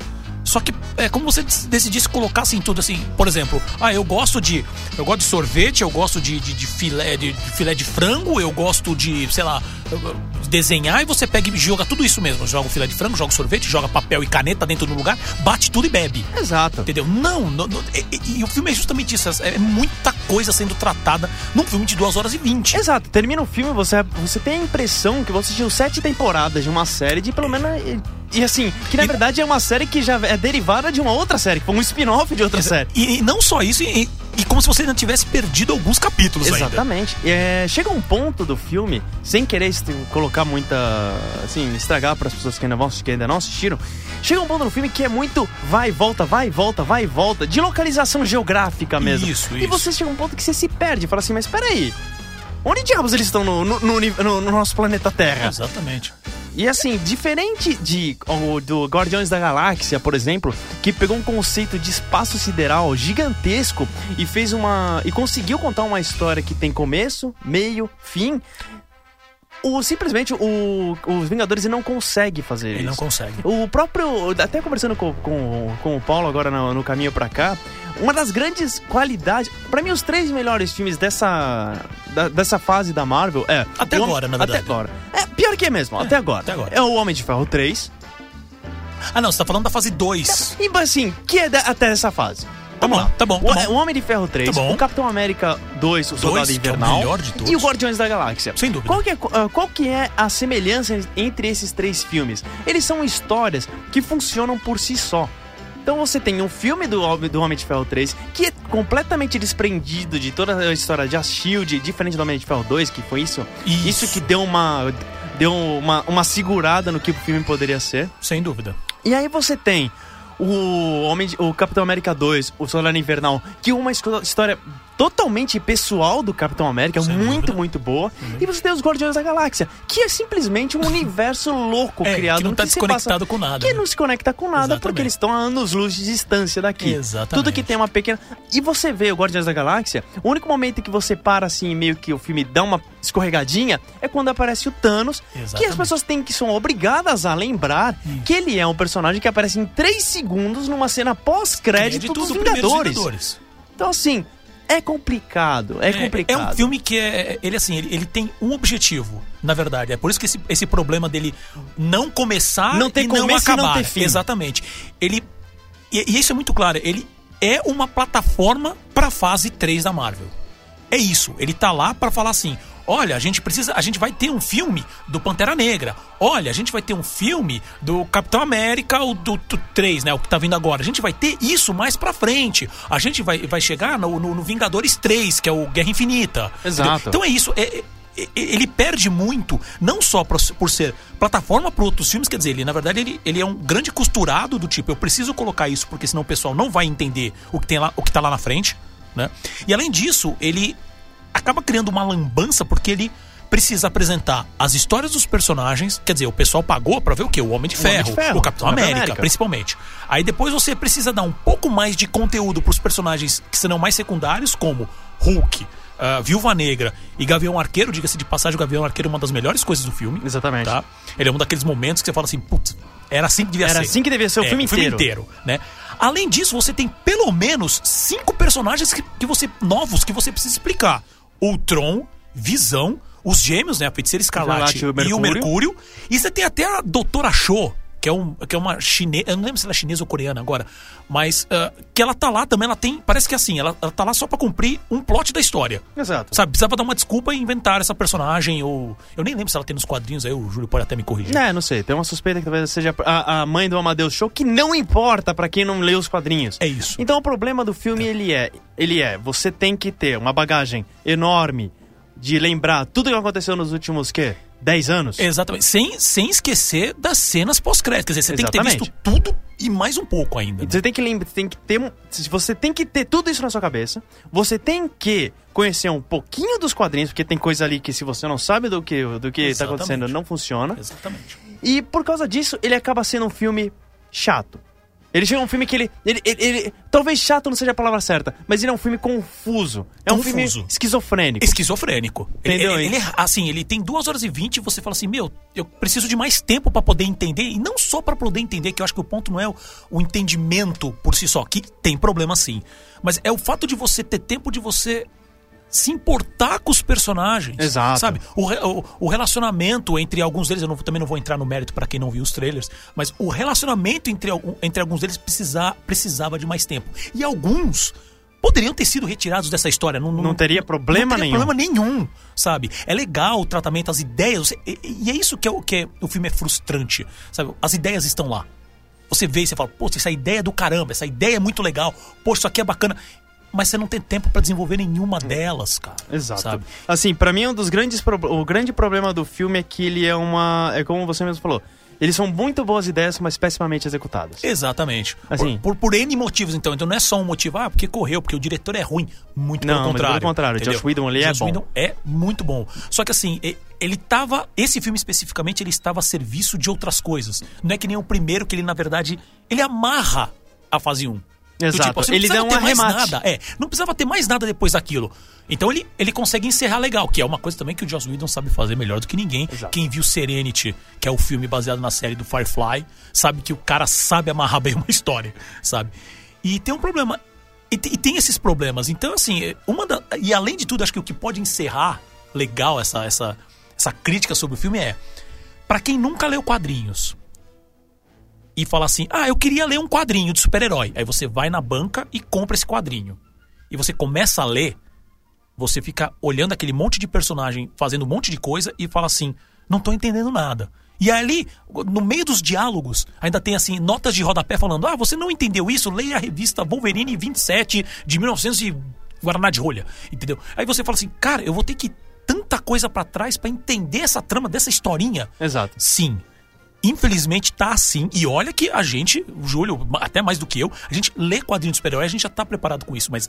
[SPEAKER 4] só que é como você des- decidisse colocar assim tudo assim, por exemplo, ah, eu gosto de. Eu gosto de sorvete, eu gosto de, de, de filé, de, de filé de frango, eu gosto de, sei lá, eu- eu- desenhar e você pega e joga tudo isso mesmo. Joga o filé de frango, joga o sorvete, joga papel e caneta dentro do lugar, bate tudo e bebe.
[SPEAKER 1] Exato.
[SPEAKER 4] Entendeu? Não, não, não, e, e- e o filme é justamente isso. É é muita coisa sendo tratada num filme de 2 horas e 20.
[SPEAKER 1] Exato, termina o filme, você, você tem a impressão que você assistiu sete temporadas de uma série de pelo menos. E, e assim, que na
[SPEAKER 4] E-
[SPEAKER 1] verdade é uma série que já é derivada de uma outra série, que foi um spin-off de outra série.
[SPEAKER 4] E, e não só isso, e, e- e como se você ainda tivesse perdido alguns capítulos ainda.
[SPEAKER 1] Exatamente. É, chega um ponto do filme, sem querer est- colocar muita. assim, estragar para as pessoas que ainda, vão assistir, que ainda não assistiram. Chega um ponto no filme que é muito vai e volta, vai e volta, vai e volta, de localização geográfica mesmo.
[SPEAKER 4] Isso,
[SPEAKER 1] e
[SPEAKER 4] isso.
[SPEAKER 1] você chega a um ponto que você se perde, fala assim, mas peraí. Onde diabos eles estão no, no- no uni- no- no nosso planeta Terra?
[SPEAKER 4] Exatamente.
[SPEAKER 1] E assim, diferente de o- do Guardiões da Galáxia, por exemplo, que pegou um conceito de espaço sideral gigantesco e fez uma e conseguiu contar uma história que tem começo, meio, fim. O, simplesmente o, os Vingadores não consegue fazer
[SPEAKER 4] Ele
[SPEAKER 1] isso.
[SPEAKER 4] não consegue.
[SPEAKER 1] O próprio. Até conversando com, com, com o Paulo agora no, no caminho pra cá, uma das grandes qualidades. Pra mim, os três melhores filmes dessa. da- dessa fase da Marvel é.
[SPEAKER 4] Até
[SPEAKER 1] o
[SPEAKER 4] agora, na verdade.
[SPEAKER 1] Até agora. É, pior que é mesmo, até, agora.
[SPEAKER 4] até agora.
[SPEAKER 1] É o Homem de Ferro 3.
[SPEAKER 4] Ah, não, você tá falando da fase 2.
[SPEAKER 1] E assim, que é da- até essa fase.
[SPEAKER 4] Vamos lá, tá bom,
[SPEAKER 1] O,
[SPEAKER 4] tá bom.
[SPEAKER 1] o Homem de Ferro 3,
[SPEAKER 4] Tá bom.
[SPEAKER 1] o Capitão América 2, o Soldado
[SPEAKER 4] que é o
[SPEAKER 1] Invernal.
[SPEAKER 4] melhor de todos.
[SPEAKER 1] E o Guardiões da Galáxia.
[SPEAKER 4] Sem dúvida.
[SPEAKER 1] Qual que, é, ah, qual que é a semelhança entre esses três filmes? Eles são histórias que funcionam por si só. Então você tem um filme do, Homem- do Homem de Ferro 3 que é completamente desprendido de toda a história de a Shield, diferente do Homem de Ferro 2, que foi isso.
[SPEAKER 4] Isso.
[SPEAKER 1] Isso que deu uma. Deu uma, uma segurada no que o filme poderia ser.
[SPEAKER 4] Sem dúvida.
[SPEAKER 1] E aí você tem o Homem de- o Capitão América 2, o Soldado Invernal, que é uma esco- história totalmente pessoal do Capitão América,
[SPEAKER 4] Sem
[SPEAKER 1] muito,
[SPEAKER 4] dúvida.
[SPEAKER 1] muito boa. E você tem os Guardiões da Galáxia, que é simplesmente um universo louco
[SPEAKER 4] É,
[SPEAKER 1] criado
[SPEAKER 4] que não tá
[SPEAKER 1] se
[SPEAKER 4] desconectado
[SPEAKER 1] passa-
[SPEAKER 4] com nada,
[SPEAKER 1] Que
[SPEAKER 4] né?
[SPEAKER 1] não se conecta com nada porque
[SPEAKER 4] Exatamente.
[SPEAKER 1] eles estão a anos-luz de distância daqui.
[SPEAKER 4] Exatamente.
[SPEAKER 1] Tudo que tem uma pequena. E você vê o Guardiões da Galáxia, o único momento que você para assim, meio que o filme dá uma escorregadinha, é quando aparece o Thanos, que as
[SPEAKER 4] Exatamente.
[SPEAKER 1] pessoas pessoas têm que são obrigadas a lembrar que ele é um personagem que aparece em 3 segundos numa cena pós-crédito dos
[SPEAKER 4] primeiro dos
[SPEAKER 1] Vingadores.
[SPEAKER 4] Vingadores.
[SPEAKER 1] Então, assim, é complicado. É, complicado.
[SPEAKER 4] É um filme que é. Ele assim, ele, ele tem um objetivo, na verdade. É por isso que esse, esse problema dele não começar
[SPEAKER 1] Não ter
[SPEAKER 4] e não
[SPEAKER 1] começo e não
[SPEAKER 4] acabar.
[SPEAKER 1] ter fim.
[SPEAKER 4] Exatamente. Ele. E, e isso é muito claro, ele é uma plataforma pra fase 3 da Marvel. É isso. Ele tá lá pra falar assim: olha, a gente precisa. A gente vai ter um filme do Pantera Negra. Olha, a gente vai ter um filme do Capitão América, o do, do 3, né? O que tá vindo agora. A gente vai ter isso mais pra frente. A gente vai, vai chegar no, no- no Vingadores 3, que é o Guerra Infinita.
[SPEAKER 1] Exato.
[SPEAKER 4] Entendeu? Então é isso. é- é- ele perde muito, não só por, por ser plataforma para outros filmes, quer dizer, ele, na verdade, ele, ele é um grande costurado do tipo, eu preciso colocar isso, porque senão o pessoal não vai entender o que, tem lá, o que tá lá na frente, né? E além disso, ele acaba criando uma lambança, porque ele precisa apresentar as histórias dos personagens, quer dizer, o pessoal pagou para ver o quê? O Homem de
[SPEAKER 1] Homem de
[SPEAKER 4] Ferro,
[SPEAKER 1] Ferro,
[SPEAKER 4] o Capitão
[SPEAKER 1] o Capitão
[SPEAKER 4] América,
[SPEAKER 1] América.
[SPEAKER 4] principalmente. Aí depois você precisa dar um pouco mais de conteúdo pros personagens que serão mais secundários, como Hulk, ah, Viúva Negra e Gavião Arqueiro. Diga-se de passagem, o Gavião Arqueiro é uma das melhores coisas do filme.
[SPEAKER 1] Exatamente.
[SPEAKER 4] Tá? Ele é um daqueles momentos que você fala assim, putz, era assim que devia
[SPEAKER 1] Era
[SPEAKER 4] ser. É,
[SPEAKER 1] assim que devia ser o filme inteiro.
[SPEAKER 4] né? Além disso, você tem pelo menos cinco personagens que, que você novos que você precisa explicar. Ultron, Visão, os gêmeos, né? A feiticeira Escarlate
[SPEAKER 1] Escarlate e o
[SPEAKER 4] e o
[SPEAKER 1] Mercúrio.
[SPEAKER 4] Mercúrio. E você tem até a Doutora Cho, que é, um, que é uma chinesa. Eu não lembro se ela é chinesa ou coreana agora. Mas ah, que ela tá lá também. Ela tem. Parece que assim, ela, ela tá lá só pra cumprir um plot da história.
[SPEAKER 1] Exato.
[SPEAKER 4] Sabe? Precisava dar uma desculpa e inventar essa personagem. Ou. Eu nem lembro se ela tem nos quadrinhos aí. O Júlio pode até me corrigir.
[SPEAKER 1] É, não sei. Tem uma suspeita que talvez seja a, a mãe do Amadeus Show, que não importa pra quem não lê os quadrinhos.
[SPEAKER 4] É isso.
[SPEAKER 1] Então o problema do filme ele é, ele é, você tem que ter uma bagagem enorme de lembrar tudo que aconteceu nos últimos quê? 10 anos.
[SPEAKER 4] Exatamente. Sem, sem esquecer das cenas pós-créditos. Quer dizer, você tem que ter
[SPEAKER 1] Exatamente. Então,
[SPEAKER 4] visto tudo e mais um pouco ainda. né?
[SPEAKER 1] Você tem que lembrar, tem que ter, um- se você tem que ter tudo isso na sua cabeça. Você tem que conhecer um pouquinho dos quadrinhos, porque tem coisa ali que se você não sabe do que do que está
[SPEAKER 4] Exatamente.
[SPEAKER 1] acontecendo não funciona.
[SPEAKER 4] Exatamente.
[SPEAKER 1] E por causa disso, ele acaba sendo um filme chato. Ele chega a um filme que ele ele, ele, ele- Talvez chato não seja a palavra certa, mas ele é um filme confuso. É um
[SPEAKER 4] Confuso.
[SPEAKER 1] filme esquizofrênico.
[SPEAKER 4] Esquizofrênico. Ele-
[SPEAKER 1] Entendeu?
[SPEAKER 4] Ele, ele é- assim, ele tem 2 horas e 20 e você fala assim: Meu, eu preciso de mais tempo pra poder entender. E não só pra poder entender, que eu acho que o ponto não é o, o entendimento por si só, que tem problema sim. Mas é o fato de você ter tempo de você se importar com os personagens.
[SPEAKER 1] Exato.
[SPEAKER 4] Sabe? O, re- o- o relacionamento entre alguns deles, eu não- também não vou entrar no mérito pra quem não viu os trailers, mas o relacionamento entre, algum- entre alguns deles precisar, precisava de mais tempo. E alguns poderiam ter sido retirados dessa história. Não,
[SPEAKER 1] Não teria problema
[SPEAKER 4] não teria
[SPEAKER 1] nenhum.
[SPEAKER 4] problema nenhum, sabe? É legal o tratamento, as ideias. você- e, e é isso que, é, o- que é- o filme é frustrante, sabe? As ideias estão lá. Você vê e você fala, poxa, essa ideia é do caramba, essa ideia é muito legal, poxa, isso aqui é bacana. Mas você não tem tempo pra desenvolver nenhuma delas, cara.
[SPEAKER 1] É. Exato.
[SPEAKER 4] Sabe?
[SPEAKER 1] Assim, pra mim um dos grandes prob- o grande problema do filme é que ele é uma, é como você mesmo falou, eles são muito boas ideias, mas pessimamente executadas.
[SPEAKER 4] Exatamente.
[SPEAKER 1] Assim-
[SPEAKER 4] por, por, por N motivos, então. Então não é só um motivo, ah, porque correu, porque o diretor é ruim. Muito
[SPEAKER 1] Não,
[SPEAKER 4] pelo
[SPEAKER 1] mas
[SPEAKER 4] contrário.
[SPEAKER 1] pelo contrário,
[SPEAKER 4] entendeu?
[SPEAKER 1] Joss Whedon ali é
[SPEAKER 4] Joss
[SPEAKER 1] bom.
[SPEAKER 4] Whedon é muito bom. Só que assim, e- ele tava. Esse filme especificamente, ele estava a serviço de outras coisas. Não é que nem o primeiro, que ele, na verdade, ele amarra a fase 1. Do
[SPEAKER 1] Exato.
[SPEAKER 4] Tipo, assim, não
[SPEAKER 1] Ele
[SPEAKER 4] precisava
[SPEAKER 1] dá um
[SPEAKER 4] ter mais
[SPEAKER 1] arremate.
[SPEAKER 4] nada. É, não precisava ter mais nada depois daquilo. Então ele, ele consegue encerrar legal, que é uma coisa também que o Joss Whedon sabe fazer melhor do que ninguém. Quem viu Serenity, que é o filme baseado na série do Firefly, sabe que o cara sabe amarrar bem uma história, sabe? E tem um problema. E, te- e tem esses problemas. Então, assim, é, uma da- e além de tudo, acho que o que pode encerrar legal essa, essa, essa crítica sobre o filme é. Pra quem nunca leu quadrinhos, e fala assim: Ah, eu queria ler um quadrinho de super-herói. Aí você vai na banca e compra esse quadrinho. E você começa a ler, você fica olhando aquele monte de personagem fazendo um monte de coisa e fala assim: Não tô entendendo nada. E ali, no meio dos diálogos, ainda tem assim, notas de rodapé falando: Ah, você não entendeu isso? Leia a revista Wolverine 27 de 1900 e Guaraná de Rolha. Entendeu? Aí você fala assim: Cara, eu vou ter que ir tanta coisa pra trás pra entender essa trama dessa historinha.
[SPEAKER 1] Exato.
[SPEAKER 4] Sim. Infelizmente tá assim. E olha que a gente, o Júlio, ma- até mais do que eu, a gente lê quadrinho de super-herói, a gente já tá preparado com isso. Mas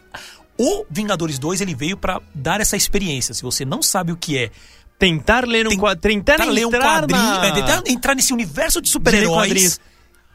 [SPEAKER 4] o Vingadores 2, ele veio pra dar essa experiência. Se você não sabe o que é
[SPEAKER 1] Tentar ler um
[SPEAKER 4] Tem-
[SPEAKER 1] quadro, tentar,
[SPEAKER 4] tá, ler um
[SPEAKER 1] entrar
[SPEAKER 4] quadrinho,
[SPEAKER 1] na-
[SPEAKER 4] é, tentar entrar nesse universo de
[SPEAKER 1] de ler quadrinhos
[SPEAKER 4] super-heróis,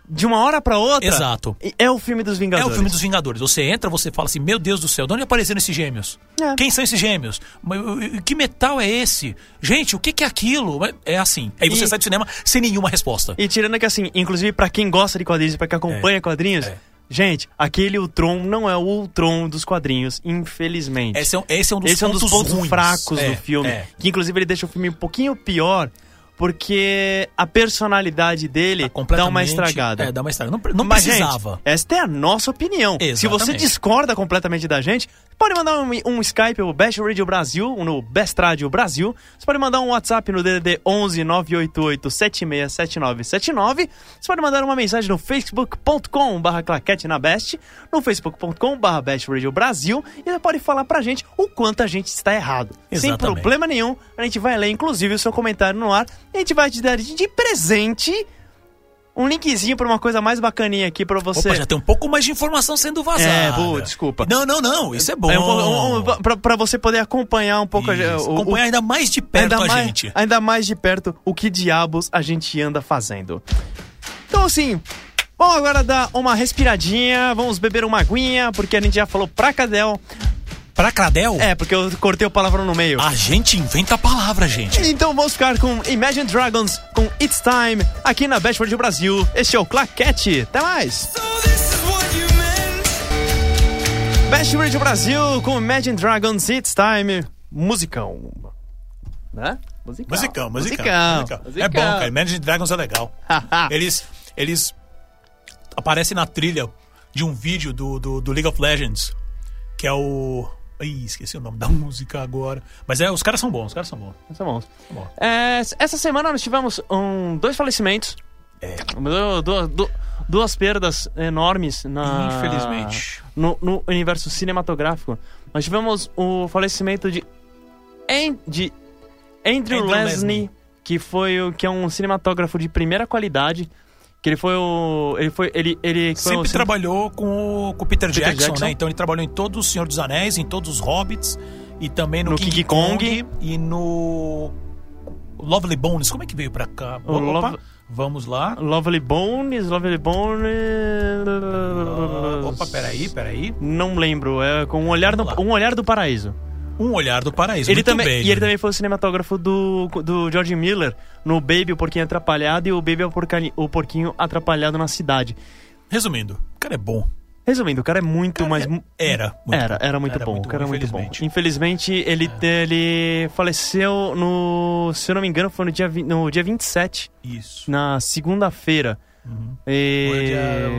[SPEAKER 1] de uma hora pra outra.
[SPEAKER 4] Exato.
[SPEAKER 1] e É o filme dos
[SPEAKER 4] é
[SPEAKER 1] Vingadores.
[SPEAKER 4] o filme dos Vingadores. Você entra, você fala assim: Meu Deus do céu, de onde apareceram esses gêmeos?
[SPEAKER 1] É.
[SPEAKER 4] Quem são esses gêmeos? Mas, uh, uh, Que metal é esse? Gente, o que que é aquilo? É assim. Aí você
[SPEAKER 1] E-
[SPEAKER 4] sai do cinema sem nenhuma resposta.
[SPEAKER 1] E tirando que assim, inclusive pra quem gosta de quadrinhos, pra quem acompanha quadrinhos,
[SPEAKER 4] é.
[SPEAKER 1] gente, aquele Ultron não é o Ultron dos quadrinhos, infelizmente.
[SPEAKER 4] Esse é, um- esse é um dos
[SPEAKER 1] Esse é um dos
[SPEAKER 4] pontos,
[SPEAKER 1] pontos
[SPEAKER 4] ruins.
[SPEAKER 1] fracos
[SPEAKER 4] É,
[SPEAKER 1] do filme.
[SPEAKER 4] é.
[SPEAKER 1] Que inclusive ele deixa o filme um pouquinho pior, porque a personalidade dele
[SPEAKER 4] Tá
[SPEAKER 1] dá uma
[SPEAKER 4] completamente-
[SPEAKER 1] estragada.
[SPEAKER 4] É, dá uma estragada. Não, não
[SPEAKER 1] Mas,
[SPEAKER 4] precisava.
[SPEAKER 1] Gente, esta é a nossa opinião. Se
[SPEAKER 4] Exatamente.
[SPEAKER 1] você discorda completamente da gente, pode mandar um, um Skype, o Best Radio Brasil, no Best Radio Brasil. Você pode mandar um WhatsApp no DDD 11 988 767979. Você pode mandar uma mensagem no facebook.com barra claquete na Best, no facebook.com barra Best Radio Brasil. E você pode falar pra gente o quanto a gente está errado. Sem
[SPEAKER 4] Exatamente.
[SPEAKER 1] problema nenhum. A gente vai ler, inclusive, o seu comentário no ar. E a gente vai te dar de presente um linkzinho pra uma coisa mais bacaninha aqui pra você.
[SPEAKER 4] Opa, já tem um pouco mais de informação sendo vazada.
[SPEAKER 1] É, boa, desculpa.
[SPEAKER 4] Não, não, não. Isso é bom.
[SPEAKER 1] É um- um- um- pra, pra você poder acompanhar um pouco a,
[SPEAKER 4] Isso.
[SPEAKER 1] o, o,
[SPEAKER 4] Acompanhar ainda mais de perto
[SPEAKER 1] ainda
[SPEAKER 4] a
[SPEAKER 1] mais,
[SPEAKER 4] gente.
[SPEAKER 1] Ainda mais de perto o que diabos a gente anda fazendo. Então, assim, vamos agora dar uma respiradinha, vamos beber uma aguinha, porque a gente já falou pra Cadel.
[SPEAKER 4] Pra Cradel,
[SPEAKER 1] É, porque eu cortei o palavrão no meio.
[SPEAKER 4] a gente inventa a palavra, gente.
[SPEAKER 1] Então vamos ficar com Imagine Dragons, com It's Time, aqui na Best World Brasil. Este é o Claquete. Até mais! Best Radio Brasil com Imagine Dragons It's Time musicão. Né? Musicão.
[SPEAKER 4] Musicão, musicão.
[SPEAKER 1] Musicão.
[SPEAKER 4] musicão. É bom, cara. Imagine Dragons é legal. eles, eles aparecem na trilha de um vídeo do, do, do League of Legends, que é o. Ih, esqueci o nome da música agora. Mas é, os caras são bons, os caras são bons.
[SPEAKER 1] Tá bom.
[SPEAKER 4] bom.
[SPEAKER 1] É, essa semana nós tivemos um, dois falecimentos. É. Du- du- du- duas perdas enormes na,
[SPEAKER 4] Infelizmente.
[SPEAKER 1] No, no universo cinematográfico. Nós tivemos o falecimento de, An- de Andrew,
[SPEAKER 4] Andrew
[SPEAKER 1] Leslie,
[SPEAKER 4] Leslie.
[SPEAKER 1] que foi o que é um cinematógrafo de primeira qualidade. Que ele foi o. Ele foi. Ele, ele foi
[SPEAKER 4] Sempre
[SPEAKER 1] o cine-
[SPEAKER 4] trabalhou com o, com o Peter,
[SPEAKER 1] Peter
[SPEAKER 4] Jackson,
[SPEAKER 1] Jackson.
[SPEAKER 4] né? Então ele trabalhou em todo o Senhor dos Anéis, em todos os Hobbits, e também no,
[SPEAKER 1] No
[SPEAKER 4] King,
[SPEAKER 1] King
[SPEAKER 4] Kong,
[SPEAKER 1] Kong.
[SPEAKER 4] e no. Lovely Bones, como é que veio pra cá?
[SPEAKER 1] O Love-
[SPEAKER 4] Vamos lá.
[SPEAKER 1] Lovely Bones, Lovely Bones.
[SPEAKER 4] Opa, peraí, peraí.
[SPEAKER 1] Não lembro, é com um olhar, no,
[SPEAKER 4] Vamos lá.
[SPEAKER 1] um olhar do paraíso.
[SPEAKER 4] Um olhar do paraíso.
[SPEAKER 1] Ele
[SPEAKER 4] Muito
[SPEAKER 1] também,
[SPEAKER 4] bem.
[SPEAKER 1] e ele também foi o cinematógrafo do, do George Miller no Baby, o Porquinho Atrapalhado e o Baby, é o Porcani- o Porquinho Atrapalhado na Cidade.
[SPEAKER 4] Resumindo, o cara é bom.
[SPEAKER 1] Resumindo, o cara é muito, mas mu-
[SPEAKER 4] Era. muito
[SPEAKER 1] era,
[SPEAKER 4] bom.
[SPEAKER 1] era muito bom. o cara era muito bom.
[SPEAKER 4] infelizmente. É.
[SPEAKER 1] Infelizmente, ele, ele faleceu no. Se eu não me engano, foi no dia, vi- no dia 27,
[SPEAKER 4] Isso.
[SPEAKER 1] na segunda-feira. E-
[SPEAKER 4] Uhum. Foi,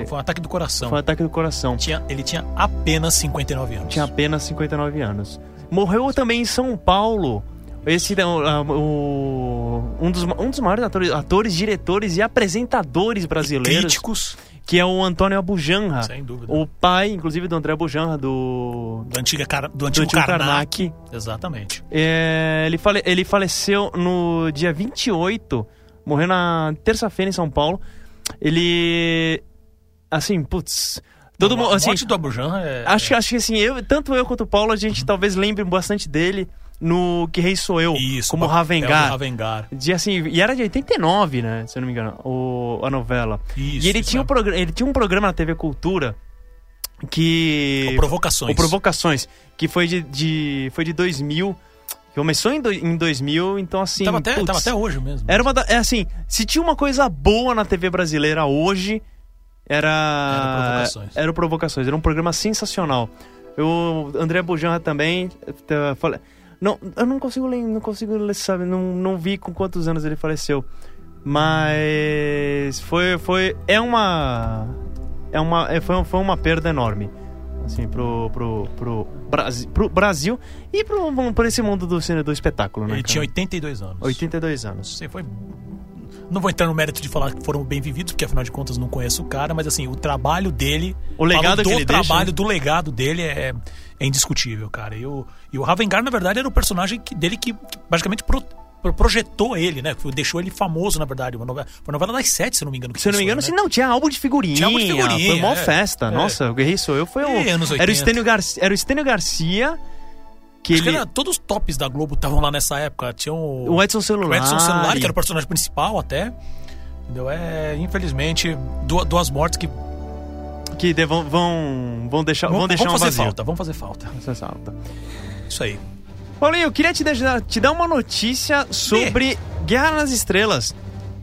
[SPEAKER 4] de- foi um ataque do coração.
[SPEAKER 1] Foi um ataque do coração.
[SPEAKER 4] Tinha- ele tinha apenas 59 anos.
[SPEAKER 1] Tinha apenas 59 anos. Morreu também em São Paulo. Esse ah, o- um, dos, um dos maiores atores, atores, diretores e apresentadores brasileiros,
[SPEAKER 4] Críticos,
[SPEAKER 1] que é o Antônio Abujanra.
[SPEAKER 4] sem dúvida.
[SPEAKER 1] O pai, inclusive, do André Abujanra, do,
[SPEAKER 4] do, antiga, cara- do
[SPEAKER 1] do
[SPEAKER 4] antigo
[SPEAKER 1] Tio
[SPEAKER 4] Karnak.
[SPEAKER 1] Karnak.
[SPEAKER 4] Exatamente.
[SPEAKER 1] É, ele, fale- ele faleceu no dia 28, morreu na terça-feira em São Paulo. Ele. Assim, putz. Todo
[SPEAKER 4] Não,
[SPEAKER 1] mundo.
[SPEAKER 4] Então, a
[SPEAKER 1] Assim,
[SPEAKER 4] morte do Abujan é...
[SPEAKER 1] acho, acho que assim, eu, tanto eu quanto o Paulo, a gente talvez lembre bastante dele no Que Rei Sou Eu,
[SPEAKER 4] Isso,
[SPEAKER 1] Tipo, como
[SPEAKER 4] é o
[SPEAKER 1] Ravengar.
[SPEAKER 4] Ravengar.
[SPEAKER 1] De, assim, e era de 89, né? Se eu não me engano, o, a novela.
[SPEAKER 4] Isso,
[SPEAKER 1] e ele
[SPEAKER 4] isso
[SPEAKER 1] tinha, um
[SPEAKER 4] é.
[SPEAKER 1] progra- ele tinha um programa na TV Cultura que.
[SPEAKER 4] Ou provocações.
[SPEAKER 1] Ou Provocações, que foi de, de- foi de 2000, que começou em, do, em 2000, então assim...
[SPEAKER 4] Tava até,
[SPEAKER 1] putz,
[SPEAKER 4] tava até hoje mesmo.
[SPEAKER 1] Era uma da- é assim, se tinha uma coisa boa na TV brasileira hoje, era...
[SPEAKER 4] Era Provocações.
[SPEAKER 1] Era o Provocações, era um programa sensacional. Eu, André Bujanra também, eh, fale- não, eu não consigo lembrar, não consigo, le- sabe, não, não vi com quantos anos ele faleceu. Mas foi, foi, é uma, é uma, é, foi, foi uma perda enorme, assim, pro, pro, pro, Brasi, pro Brasil e pro, pro esse mundo do, cine- do espetáculo, né?
[SPEAKER 4] Ele
[SPEAKER 1] cara?
[SPEAKER 4] tinha 82 anos.
[SPEAKER 1] 82 anos.
[SPEAKER 4] Você foi... Não vou entrar no mérito de falar que foram bem vividos, porque afinal de contas não conheço o cara, mas assim, o trabalho dele.
[SPEAKER 1] O legado
[SPEAKER 4] falando do
[SPEAKER 1] que ele deixa,
[SPEAKER 4] trabalho,
[SPEAKER 1] né?
[SPEAKER 4] do legado dele é, é indiscutível, cara. E o, e o Ravengar, na verdade, era o personagem que- dele que, que basicamente pro- pro- projetou ele, né? Que Deixou ele famoso, na verdade. Uma novela, foi a novela das sete, se eu não me engano. que né?
[SPEAKER 1] Se eu não me engano,
[SPEAKER 4] começou,
[SPEAKER 1] se não, tinha álbum de figurinha.
[SPEAKER 4] Tinha álbum de figurinha,
[SPEAKER 1] Foi uma
[SPEAKER 4] é.
[SPEAKER 1] festa.
[SPEAKER 4] É.
[SPEAKER 1] Nossa, o Guerreiro Sou Eu foi o.
[SPEAKER 4] E anos
[SPEAKER 1] Era o
[SPEAKER 4] 80.
[SPEAKER 1] Estênio Garcia. Era o Estênio Garcia. Que
[SPEAKER 4] Acho que
[SPEAKER 1] ele.
[SPEAKER 4] era- todos os tops da Globo estavam lá nessa época. Tinham o,
[SPEAKER 1] O Edson Celular.
[SPEAKER 4] o Edson Celulari, que era o personagem principal até. Entendeu? É, infelizmente, du- duas mortes que vão,
[SPEAKER 1] que de- vão, vão, vão deixar, vão deixar um
[SPEAKER 4] vão
[SPEAKER 1] uma
[SPEAKER 4] fazer
[SPEAKER 1] vazia.
[SPEAKER 4] falta. Vão fazer falta.
[SPEAKER 1] Essa salta.
[SPEAKER 4] Isso aí.
[SPEAKER 1] Paulinho, eu queria te, deixar, te dar uma notícia sobre Guerra nas Estrelas.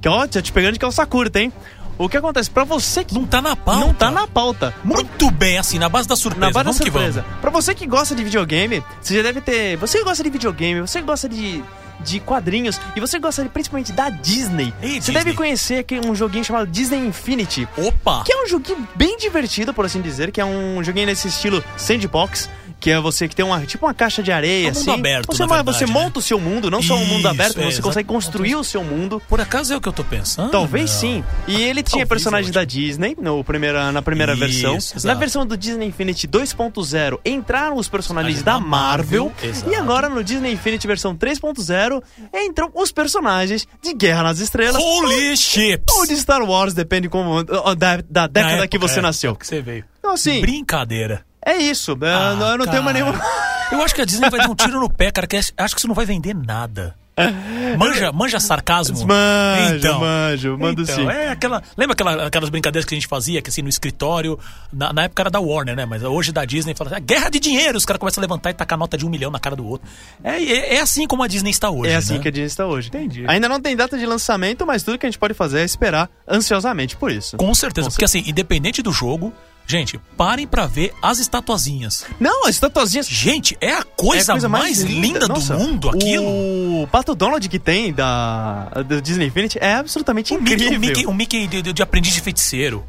[SPEAKER 1] Que ó, já te pegando de calça curta, hein? O que acontece? Pra você que
[SPEAKER 4] Não tá na pauta.
[SPEAKER 1] não tá na pauta.
[SPEAKER 4] Muito bem, assim, na base da surpresa.
[SPEAKER 1] Na barra da
[SPEAKER 4] vamos que
[SPEAKER 1] surpresa.
[SPEAKER 4] vamos.
[SPEAKER 1] Pra você que gosta de videogame, você já deve ter. Você que gosta de videogame, você que gosta de, de quadrinhos e você que gosta de- principalmente da Disney.
[SPEAKER 4] Ih,
[SPEAKER 1] você
[SPEAKER 4] Disney.
[SPEAKER 1] deve conhecer aqui um joguinho chamado Disney Infinity.
[SPEAKER 4] Opa!
[SPEAKER 1] Que é um joguinho bem divertido, por assim dizer, que é um joguinho nesse estilo sandbox, que é você que tem uma tipo uma caixa de areia,
[SPEAKER 4] É um mundo
[SPEAKER 1] assim.
[SPEAKER 4] aberto,
[SPEAKER 1] você,
[SPEAKER 4] na
[SPEAKER 1] vai-
[SPEAKER 4] verdade,
[SPEAKER 1] você
[SPEAKER 4] né?
[SPEAKER 1] monta o seu mundo, não só um mundo
[SPEAKER 4] Isso,
[SPEAKER 1] aberto,
[SPEAKER 4] é,
[SPEAKER 1] você consegue
[SPEAKER 4] exato.
[SPEAKER 1] construir o seu mundo.
[SPEAKER 4] Por acaso é o que eu tô pensando?
[SPEAKER 1] Talvez
[SPEAKER 4] Não.
[SPEAKER 1] sim. E ele tinha
[SPEAKER 4] Talvez,
[SPEAKER 1] personagens
[SPEAKER 4] ótimo.
[SPEAKER 1] da Disney no primeira, na primeira
[SPEAKER 4] Isso,
[SPEAKER 1] versão.
[SPEAKER 4] exato.
[SPEAKER 1] Na versão do Disney Infinity 2.0 entraram os personagens
[SPEAKER 4] Personagens
[SPEAKER 1] da
[SPEAKER 4] da Marvel,
[SPEAKER 1] Marvel.
[SPEAKER 4] exato.
[SPEAKER 1] E agora no Disney Infinity versão 3.0 entram os personagens de Guerra nas Estrelas.
[SPEAKER 4] Holy chips!
[SPEAKER 1] Ou de Star Wars, depende como, da, da
[SPEAKER 4] Na
[SPEAKER 1] década que
[SPEAKER 4] época,
[SPEAKER 1] você
[SPEAKER 4] é,
[SPEAKER 1] nasceu.
[SPEAKER 4] Que você veio.
[SPEAKER 1] Então, assim,
[SPEAKER 4] Brincadeira.
[SPEAKER 1] é isso. Eu
[SPEAKER 4] Ah,
[SPEAKER 1] não- eu não tenho mais
[SPEAKER 4] cara.
[SPEAKER 1] nenhum.
[SPEAKER 4] Eu acho que a Disney vai dar um tiro no pé, cara, que acho que isso não vai vender nada. Manja, manja sarcasmo?
[SPEAKER 1] Manjo, manjo, mando
[SPEAKER 4] então,
[SPEAKER 1] sim.
[SPEAKER 4] É aquela, lembra aquela- aquelas brincadeiras que a gente fazia, que assim, no escritório, na, na época era da Warner, né? Mas hoje da Disney fala assim, "Ah, guerra de dinheiro, os caras começam a levantar e tacar nota de um milhão na cara do outro. É, é, é assim como a Disney está hoje.
[SPEAKER 1] É assim
[SPEAKER 4] né?
[SPEAKER 1] que a Disney está hoje.
[SPEAKER 4] Entendi.
[SPEAKER 1] Ainda não tem data de lançamento, mas tudo que a gente pode fazer é esperar ansiosamente por isso.
[SPEAKER 4] Com certeza, porque assim, independente do jogo, gente, parem pra ver as estatuazinhas.
[SPEAKER 1] Não, as tatuazinhas
[SPEAKER 4] Gente, é a coisa,
[SPEAKER 1] a
[SPEAKER 4] mais, linda,
[SPEAKER 1] Nossa,
[SPEAKER 4] do mundo aquilo.
[SPEAKER 1] O Pato Donald que tem da do Disney Infinity é absolutamente
[SPEAKER 4] O Mickey,
[SPEAKER 1] incrível.
[SPEAKER 4] o Mickey, o Mickey de, de- de aprendiz de feiticeiro.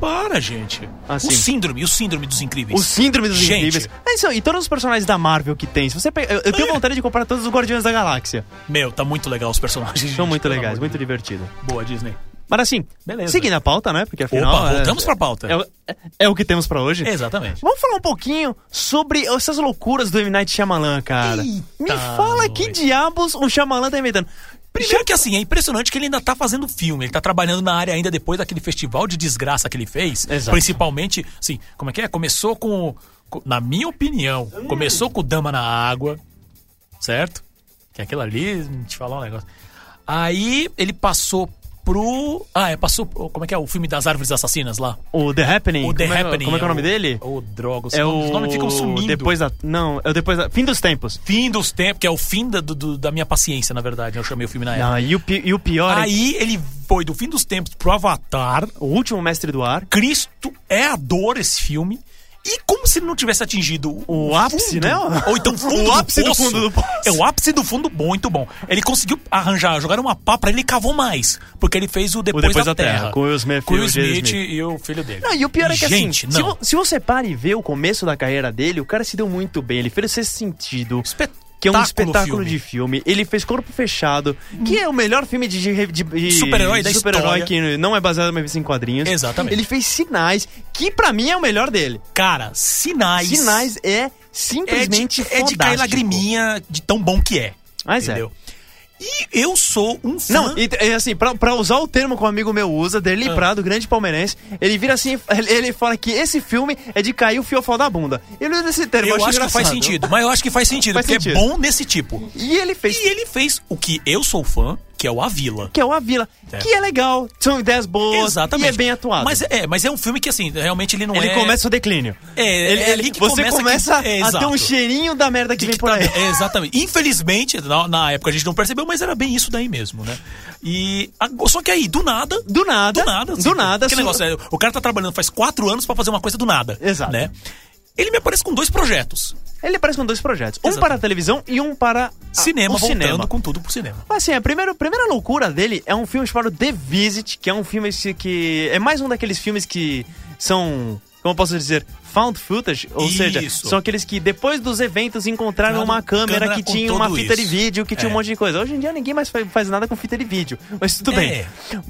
[SPEAKER 4] Para, gente.
[SPEAKER 1] Assim.
[SPEAKER 4] O síndrome, o síndrome dos incríveis.
[SPEAKER 1] O síndrome dos
[SPEAKER 4] Gente.
[SPEAKER 1] incríveis. É isso, e todos os personagens da Marvel que tem. Se você pega- eu, eu tenho vontade de comprar todos os Guardiões da Galáxia.
[SPEAKER 4] Meu, tá muito legal os personagens.
[SPEAKER 1] São
[SPEAKER 4] gente,
[SPEAKER 1] muito
[SPEAKER 4] pelo
[SPEAKER 1] legais,
[SPEAKER 4] amor
[SPEAKER 1] muito
[SPEAKER 4] de
[SPEAKER 1] divertido.
[SPEAKER 4] Deus. Boa, Disney.
[SPEAKER 1] Mas assim,
[SPEAKER 4] Beleza.
[SPEAKER 1] seguindo a pauta, né? Porque afinal.
[SPEAKER 4] Opa,
[SPEAKER 1] é-
[SPEAKER 4] voltamos pra pauta.
[SPEAKER 1] É, o- é- é o que temos pra hoje.
[SPEAKER 4] Exatamente.
[SPEAKER 1] Vamos falar um pouquinho sobre essas loucuras do M. Night Shyamalan, cara. Me fala que
[SPEAKER 4] noite.
[SPEAKER 1] diabos o Shyamalan tá inventando.
[SPEAKER 4] Primeiro que assim, é impressionante que ele ainda tá fazendo filme, ele tá trabalhando na área ainda depois daquele festival de desgraça que ele fez.
[SPEAKER 1] Exato.
[SPEAKER 4] Principalmente, assim, como é que é? Começou com, com- na minha opinião, começou com o Dama na Água, certo? Que é aquilo ali, te falar um negócio. Aí ele passou pro. Ah, é, passou. pro- Como é que é o filme das árvores assassinas lá?
[SPEAKER 1] O The Happening.
[SPEAKER 4] O The
[SPEAKER 1] como é,
[SPEAKER 4] Happening.
[SPEAKER 1] Como é que é o nome dele?
[SPEAKER 4] O droga. Os,
[SPEAKER 1] É
[SPEAKER 4] nomes,
[SPEAKER 1] o.
[SPEAKER 4] os nomes ficam sumindo.
[SPEAKER 1] Depois da. Não, é o depois da. Fim dos tempos.
[SPEAKER 4] Fim dos tempos, que é o fim da, do- do- da minha paciência, na verdade. né? Eu chamei o filme na época.
[SPEAKER 1] Não, Ah, e o, pi- e o pior é
[SPEAKER 4] Aí ele foi do fim dos tempos pro Avatar.
[SPEAKER 1] que o último mestre do ar.
[SPEAKER 4] Cristo é a dor esse filme. E como se ele não tivesse atingido
[SPEAKER 1] O ápice,
[SPEAKER 4] fundo.
[SPEAKER 1] né?
[SPEAKER 4] Ou então o fundo
[SPEAKER 1] O
[SPEAKER 4] do
[SPEAKER 1] ápice do
[SPEAKER 4] poço.
[SPEAKER 1] fundo do poço.
[SPEAKER 4] É o ápice do fundo, bom, muito bom. Ele conseguiu arranjar, jogar uma pá pra ele e cavou mais. Porque ele fez o Depois,
[SPEAKER 1] Depois
[SPEAKER 4] da,
[SPEAKER 1] da Terra,
[SPEAKER 4] Terra.
[SPEAKER 1] com o Will Smith
[SPEAKER 4] Com o
[SPEAKER 1] e o Jaden
[SPEAKER 4] Smith
[SPEAKER 1] Smith.
[SPEAKER 4] e o filho dele.
[SPEAKER 1] Não, e o pior é que
[SPEAKER 4] Gente,
[SPEAKER 1] assim, se
[SPEAKER 4] não.
[SPEAKER 1] vo- Se, você para e vê o começo da carreira dele, o cara se deu muito bem. Ele fez esse sentido.
[SPEAKER 4] Espetáculo
[SPEAKER 1] Que é um espetáculo
[SPEAKER 4] filme.
[SPEAKER 1] de filme. Ele fez Corpo Fechado, que é o melhor filme de, de- de-
[SPEAKER 4] Super-herói da
[SPEAKER 1] de super-herói
[SPEAKER 4] história.
[SPEAKER 1] que não é baseado numa revista em quadrinhos.
[SPEAKER 4] Exatamente.
[SPEAKER 1] Ele fez Sinais, que pra mim é o melhor dele.
[SPEAKER 4] Cara, sinais.
[SPEAKER 1] Sinais é
[SPEAKER 4] é de,
[SPEAKER 1] simplesmente
[SPEAKER 4] é de cair
[SPEAKER 1] fodástico.
[SPEAKER 4] lagriminha de tão bom que é.
[SPEAKER 1] Mas é.
[SPEAKER 4] entendeu? E eu sou um fã.
[SPEAKER 1] Não, e, e assim, pra, pra usar o termo que um amigo meu usa, Derli
[SPEAKER 4] Ah.
[SPEAKER 1] Prado, grande palmeirense, ele vira assim, ele, ele fala que esse filme é de cair o fiofó da bunda. Ele usa esse termo,
[SPEAKER 4] eu acho que
[SPEAKER 1] engraçado.
[SPEAKER 4] faz sentido, mas eu acho que faz sentido,
[SPEAKER 1] Faz
[SPEAKER 4] porque
[SPEAKER 1] sentido.
[SPEAKER 4] é bom nesse tipo.
[SPEAKER 1] E ele fez,
[SPEAKER 4] E ele fez o que eu sou fã, que é o A Vila.
[SPEAKER 1] que é o A Vila,
[SPEAKER 4] É.
[SPEAKER 1] que é legal, são ideias boas
[SPEAKER 4] Exatamente.
[SPEAKER 1] e é bem atuado.
[SPEAKER 4] Mas é, mas é um filme que, assim, realmente ele não
[SPEAKER 1] ele
[SPEAKER 4] é.
[SPEAKER 1] começa o declínio.
[SPEAKER 4] É,
[SPEAKER 1] Ele-
[SPEAKER 4] é ali que
[SPEAKER 1] você
[SPEAKER 4] começa, que-
[SPEAKER 1] começa
[SPEAKER 4] é,
[SPEAKER 1] a ter um
[SPEAKER 4] exato.
[SPEAKER 1] cheirinho da merda que
[SPEAKER 4] de
[SPEAKER 1] vem
[SPEAKER 4] que
[SPEAKER 1] por
[SPEAKER 4] tá-
[SPEAKER 1] aí.
[SPEAKER 4] é, exatamente. Infelizmente, na, na época a gente não percebeu, mas era bem isso daí mesmo, né? E. a- só que aí, do nada.
[SPEAKER 1] Do nada.
[SPEAKER 4] Do nada. assim,
[SPEAKER 1] Do nada.
[SPEAKER 4] Que
[SPEAKER 1] su-
[SPEAKER 4] negócio é, O cara tá trabalhando faz quatro anos pra fazer uma coisa do nada.
[SPEAKER 1] Exato.
[SPEAKER 4] Né? Ele me aparece com dois projetos.
[SPEAKER 1] Ele aparece com dois projetos. Um
[SPEAKER 4] Exato.
[SPEAKER 1] para a televisão e um para a-
[SPEAKER 4] Cinema,
[SPEAKER 1] o
[SPEAKER 4] voltando
[SPEAKER 1] cinema.
[SPEAKER 4] com tudo pro cinema.
[SPEAKER 1] Assim, a primeira, a primeira loucura dele é um filme chamado The Visit, que é um filme esse que. É mais um daqueles filmes que são. Como eu posso dizer? Found footage, ou
[SPEAKER 4] Isso.
[SPEAKER 1] seja, são aqueles que depois dos eventos encontraram
[SPEAKER 4] Claro,
[SPEAKER 1] uma câmera,
[SPEAKER 4] câmera
[SPEAKER 1] que
[SPEAKER 4] com
[SPEAKER 1] tinha uma
[SPEAKER 4] tudo
[SPEAKER 1] fita de
[SPEAKER 4] isso.
[SPEAKER 1] vídeo, que tinha
[SPEAKER 4] É.
[SPEAKER 1] um monte de coisa. Hoje em dia ninguém mais fa- faz nada com fita de vídeo, mas tudo
[SPEAKER 4] É.
[SPEAKER 1] bem.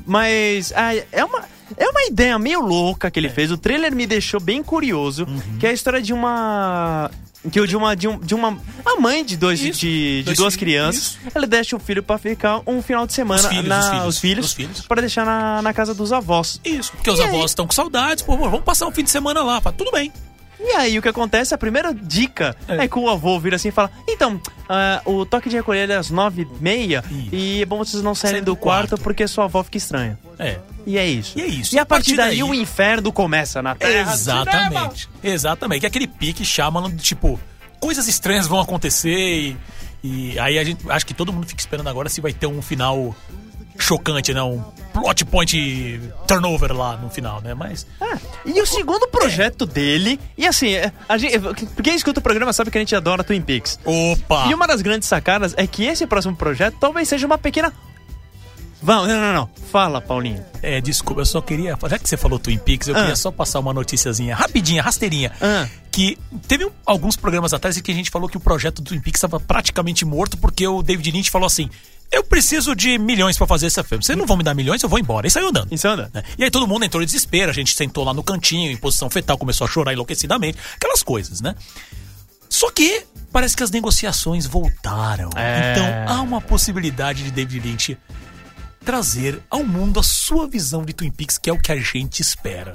[SPEAKER 1] Mas ah, é, uma, é uma ideia meio louca
[SPEAKER 4] É.
[SPEAKER 1] que ele fez. O trailer me deixou bem curioso,
[SPEAKER 4] Uhum.
[SPEAKER 1] que é a história de uma. Que, de uma. De, um- de uma. A mãe de dois.
[SPEAKER 4] Isso.
[SPEAKER 1] De, de
[SPEAKER 4] Dois
[SPEAKER 1] duas
[SPEAKER 4] filhos.
[SPEAKER 1] crianças.
[SPEAKER 4] Isso.
[SPEAKER 1] Ela deixa o filho pra ficar um final de semana
[SPEAKER 4] Os filhos,
[SPEAKER 1] na,
[SPEAKER 4] os filhos,
[SPEAKER 1] os filhos,
[SPEAKER 4] os filhos.
[SPEAKER 1] pra deixar na, na casa dos avós.
[SPEAKER 4] Isso, porque os
[SPEAKER 1] E aí?
[SPEAKER 4] avós estão com saudades, pô, vamos passar um fim de semana lá. Fala, tudo bem.
[SPEAKER 1] E aí o que acontece? A primeira dica é,
[SPEAKER 4] É.
[SPEAKER 1] que o avô vira assim e fala: Então, ah, o toque de recolher é às nove e meia
[SPEAKER 4] Isso.
[SPEAKER 1] e é bom vocês não saírem
[SPEAKER 4] Saírem
[SPEAKER 1] do
[SPEAKER 4] do
[SPEAKER 1] quarto,
[SPEAKER 4] quarto.
[SPEAKER 1] porque sua avó fica estranha.
[SPEAKER 4] É.
[SPEAKER 1] E é isso.
[SPEAKER 4] E é isso.
[SPEAKER 1] E a partir, daí, o inferno começa na Terra.
[SPEAKER 4] Exatamente. Exatamente. Que é aquele pique Shyamalan, do tipo, coisas estranhas vão acontecer e, e aí a gente acho que todo mundo fica esperando agora se vai ter um final chocante, né? Um plot point turnover lá no final, né? Mas
[SPEAKER 1] Ah, e o segundo projeto dele, e assim, é, a gente, quem escuta o programa sabe que a gente adora Twin Peaks.
[SPEAKER 4] opa.
[SPEAKER 1] E uma das grandes sacadas é que esse próximo projeto talvez seja uma pequena. Vamos, não, não, não. Fala, Paulinho.
[SPEAKER 4] É, desculpa, eu só queria, já que você falou Twin Peaks, eu
[SPEAKER 1] Ah.
[SPEAKER 4] queria só passar uma noticiazinha rapidinha, rasteirinha.
[SPEAKER 1] Ah.
[SPEAKER 4] Que teve um- alguns programas atrás em que a gente falou que o projeto do Twin Peaks estava praticamente morto porque o David Lynch falou assim: "Eu preciso de milhões pra fazer esse filme. Vocês não vão me dar milhões, eu vou embora". E saiu andando.
[SPEAKER 1] Isso anda?
[SPEAKER 4] né? E aí todo mundo entrou em desespero, a gente sentou lá no cantinho, em posição fetal, começou a chorar enlouquecidamente, aquelas coisas, né? Só que parece que as negociações voltaram.
[SPEAKER 1] É.
[SPEAKER 4] Então há uma possibilidade de David Lynch trazer ao mundo a sua visão de Twin Peaks, que é o que a gente espera.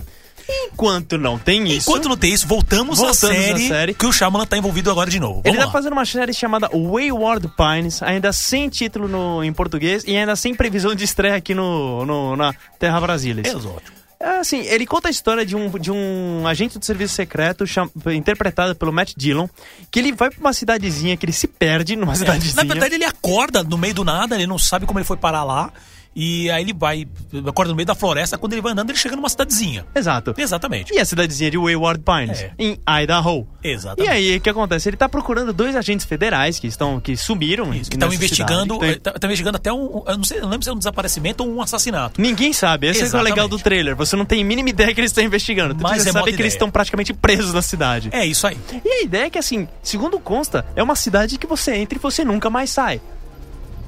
[SPEAKER 1] Enquanto não tem isso.
[SPEAKER 4] Enquanto não tem isso, voltamos,
[SPEAKER 1] Voltamos à
[SPEAKER 4] à, série
[SPEAKER 1] série.
[SPEAKER 4] que o Shyamalan tá envolvido agora de novo.
[SPEAKER 1] Ele
[SPEAKER 4] Vamos
[SPEAKER 1] tá
[SPEAKER 4] lá.
[SPEAKER 1] fazendo uma série chamada Wayward Pines, ainda sem título no, em português e ainda sem previsão de estreia aqui no, no- na Terra Brasília.
[SPEAKER 4] Exótico.
[SPEAKER 1] É, assim, ele conta a história de um, de um agente do serviço secreto cham- interpretado pelo Matt Dillon, que ele vai pra uma cidadezinha que ele se perde numa cidadezinha.
[SPEAKER 4] É, Na verdade, ele acorda no meio do nada, ele não sabe como ele foi parar lá. E aí ele vai, acorda no meio da floresta, quando ele vai andando, ele chega numa cidadezinha.
[SPEAKER 1] Exato.
[SPEAKER 4] Exatamente.
[SPEAKER 1] E a cidadezinha de Wayward Pines,
[SPEAKER 4] É.
[SPEAKER 1] em Idaho. E
[SPEAKER 4] Exatamente.
[SPEAKER 1] aí, o que acontece? Ele tá procurando dois agentes federais que estão que sumiram.
[SPEAKER 4] que estão
[SPEAKER 1] nessa cidade,
[SPEAKER 4] investigando,
[SPEAKER 1] Então, que tão-
[SPEAKER 4] tá, tá investigando até um, eu não sei, eu não lembro se é um desaparecimento ou um assassinato.
[SPEAKER 1] Ninguém sabe, esse é o
[SPEAKER 4] Exatamente.
[SPEAKER 1] legal do trailer. Você não tem a mínima ideia que eles estão investigando.
[SPEAKER 4] Mas
[SPEAKER 1] você
[SPEAKER 4] é
[SPEAKER 1] sabe
[SPEAKER 4] mó
[SPEAKER 1] que eles
[SPEAKER 4] ideia.
[SPEAKER 1] estão praticamente presos na cidade.
[SPEAKER 4] É isso aí.
[SPEAKER 1] E a ideia é que, assim, segundo consta, é uma cidade que você entra e você nunca mais sai.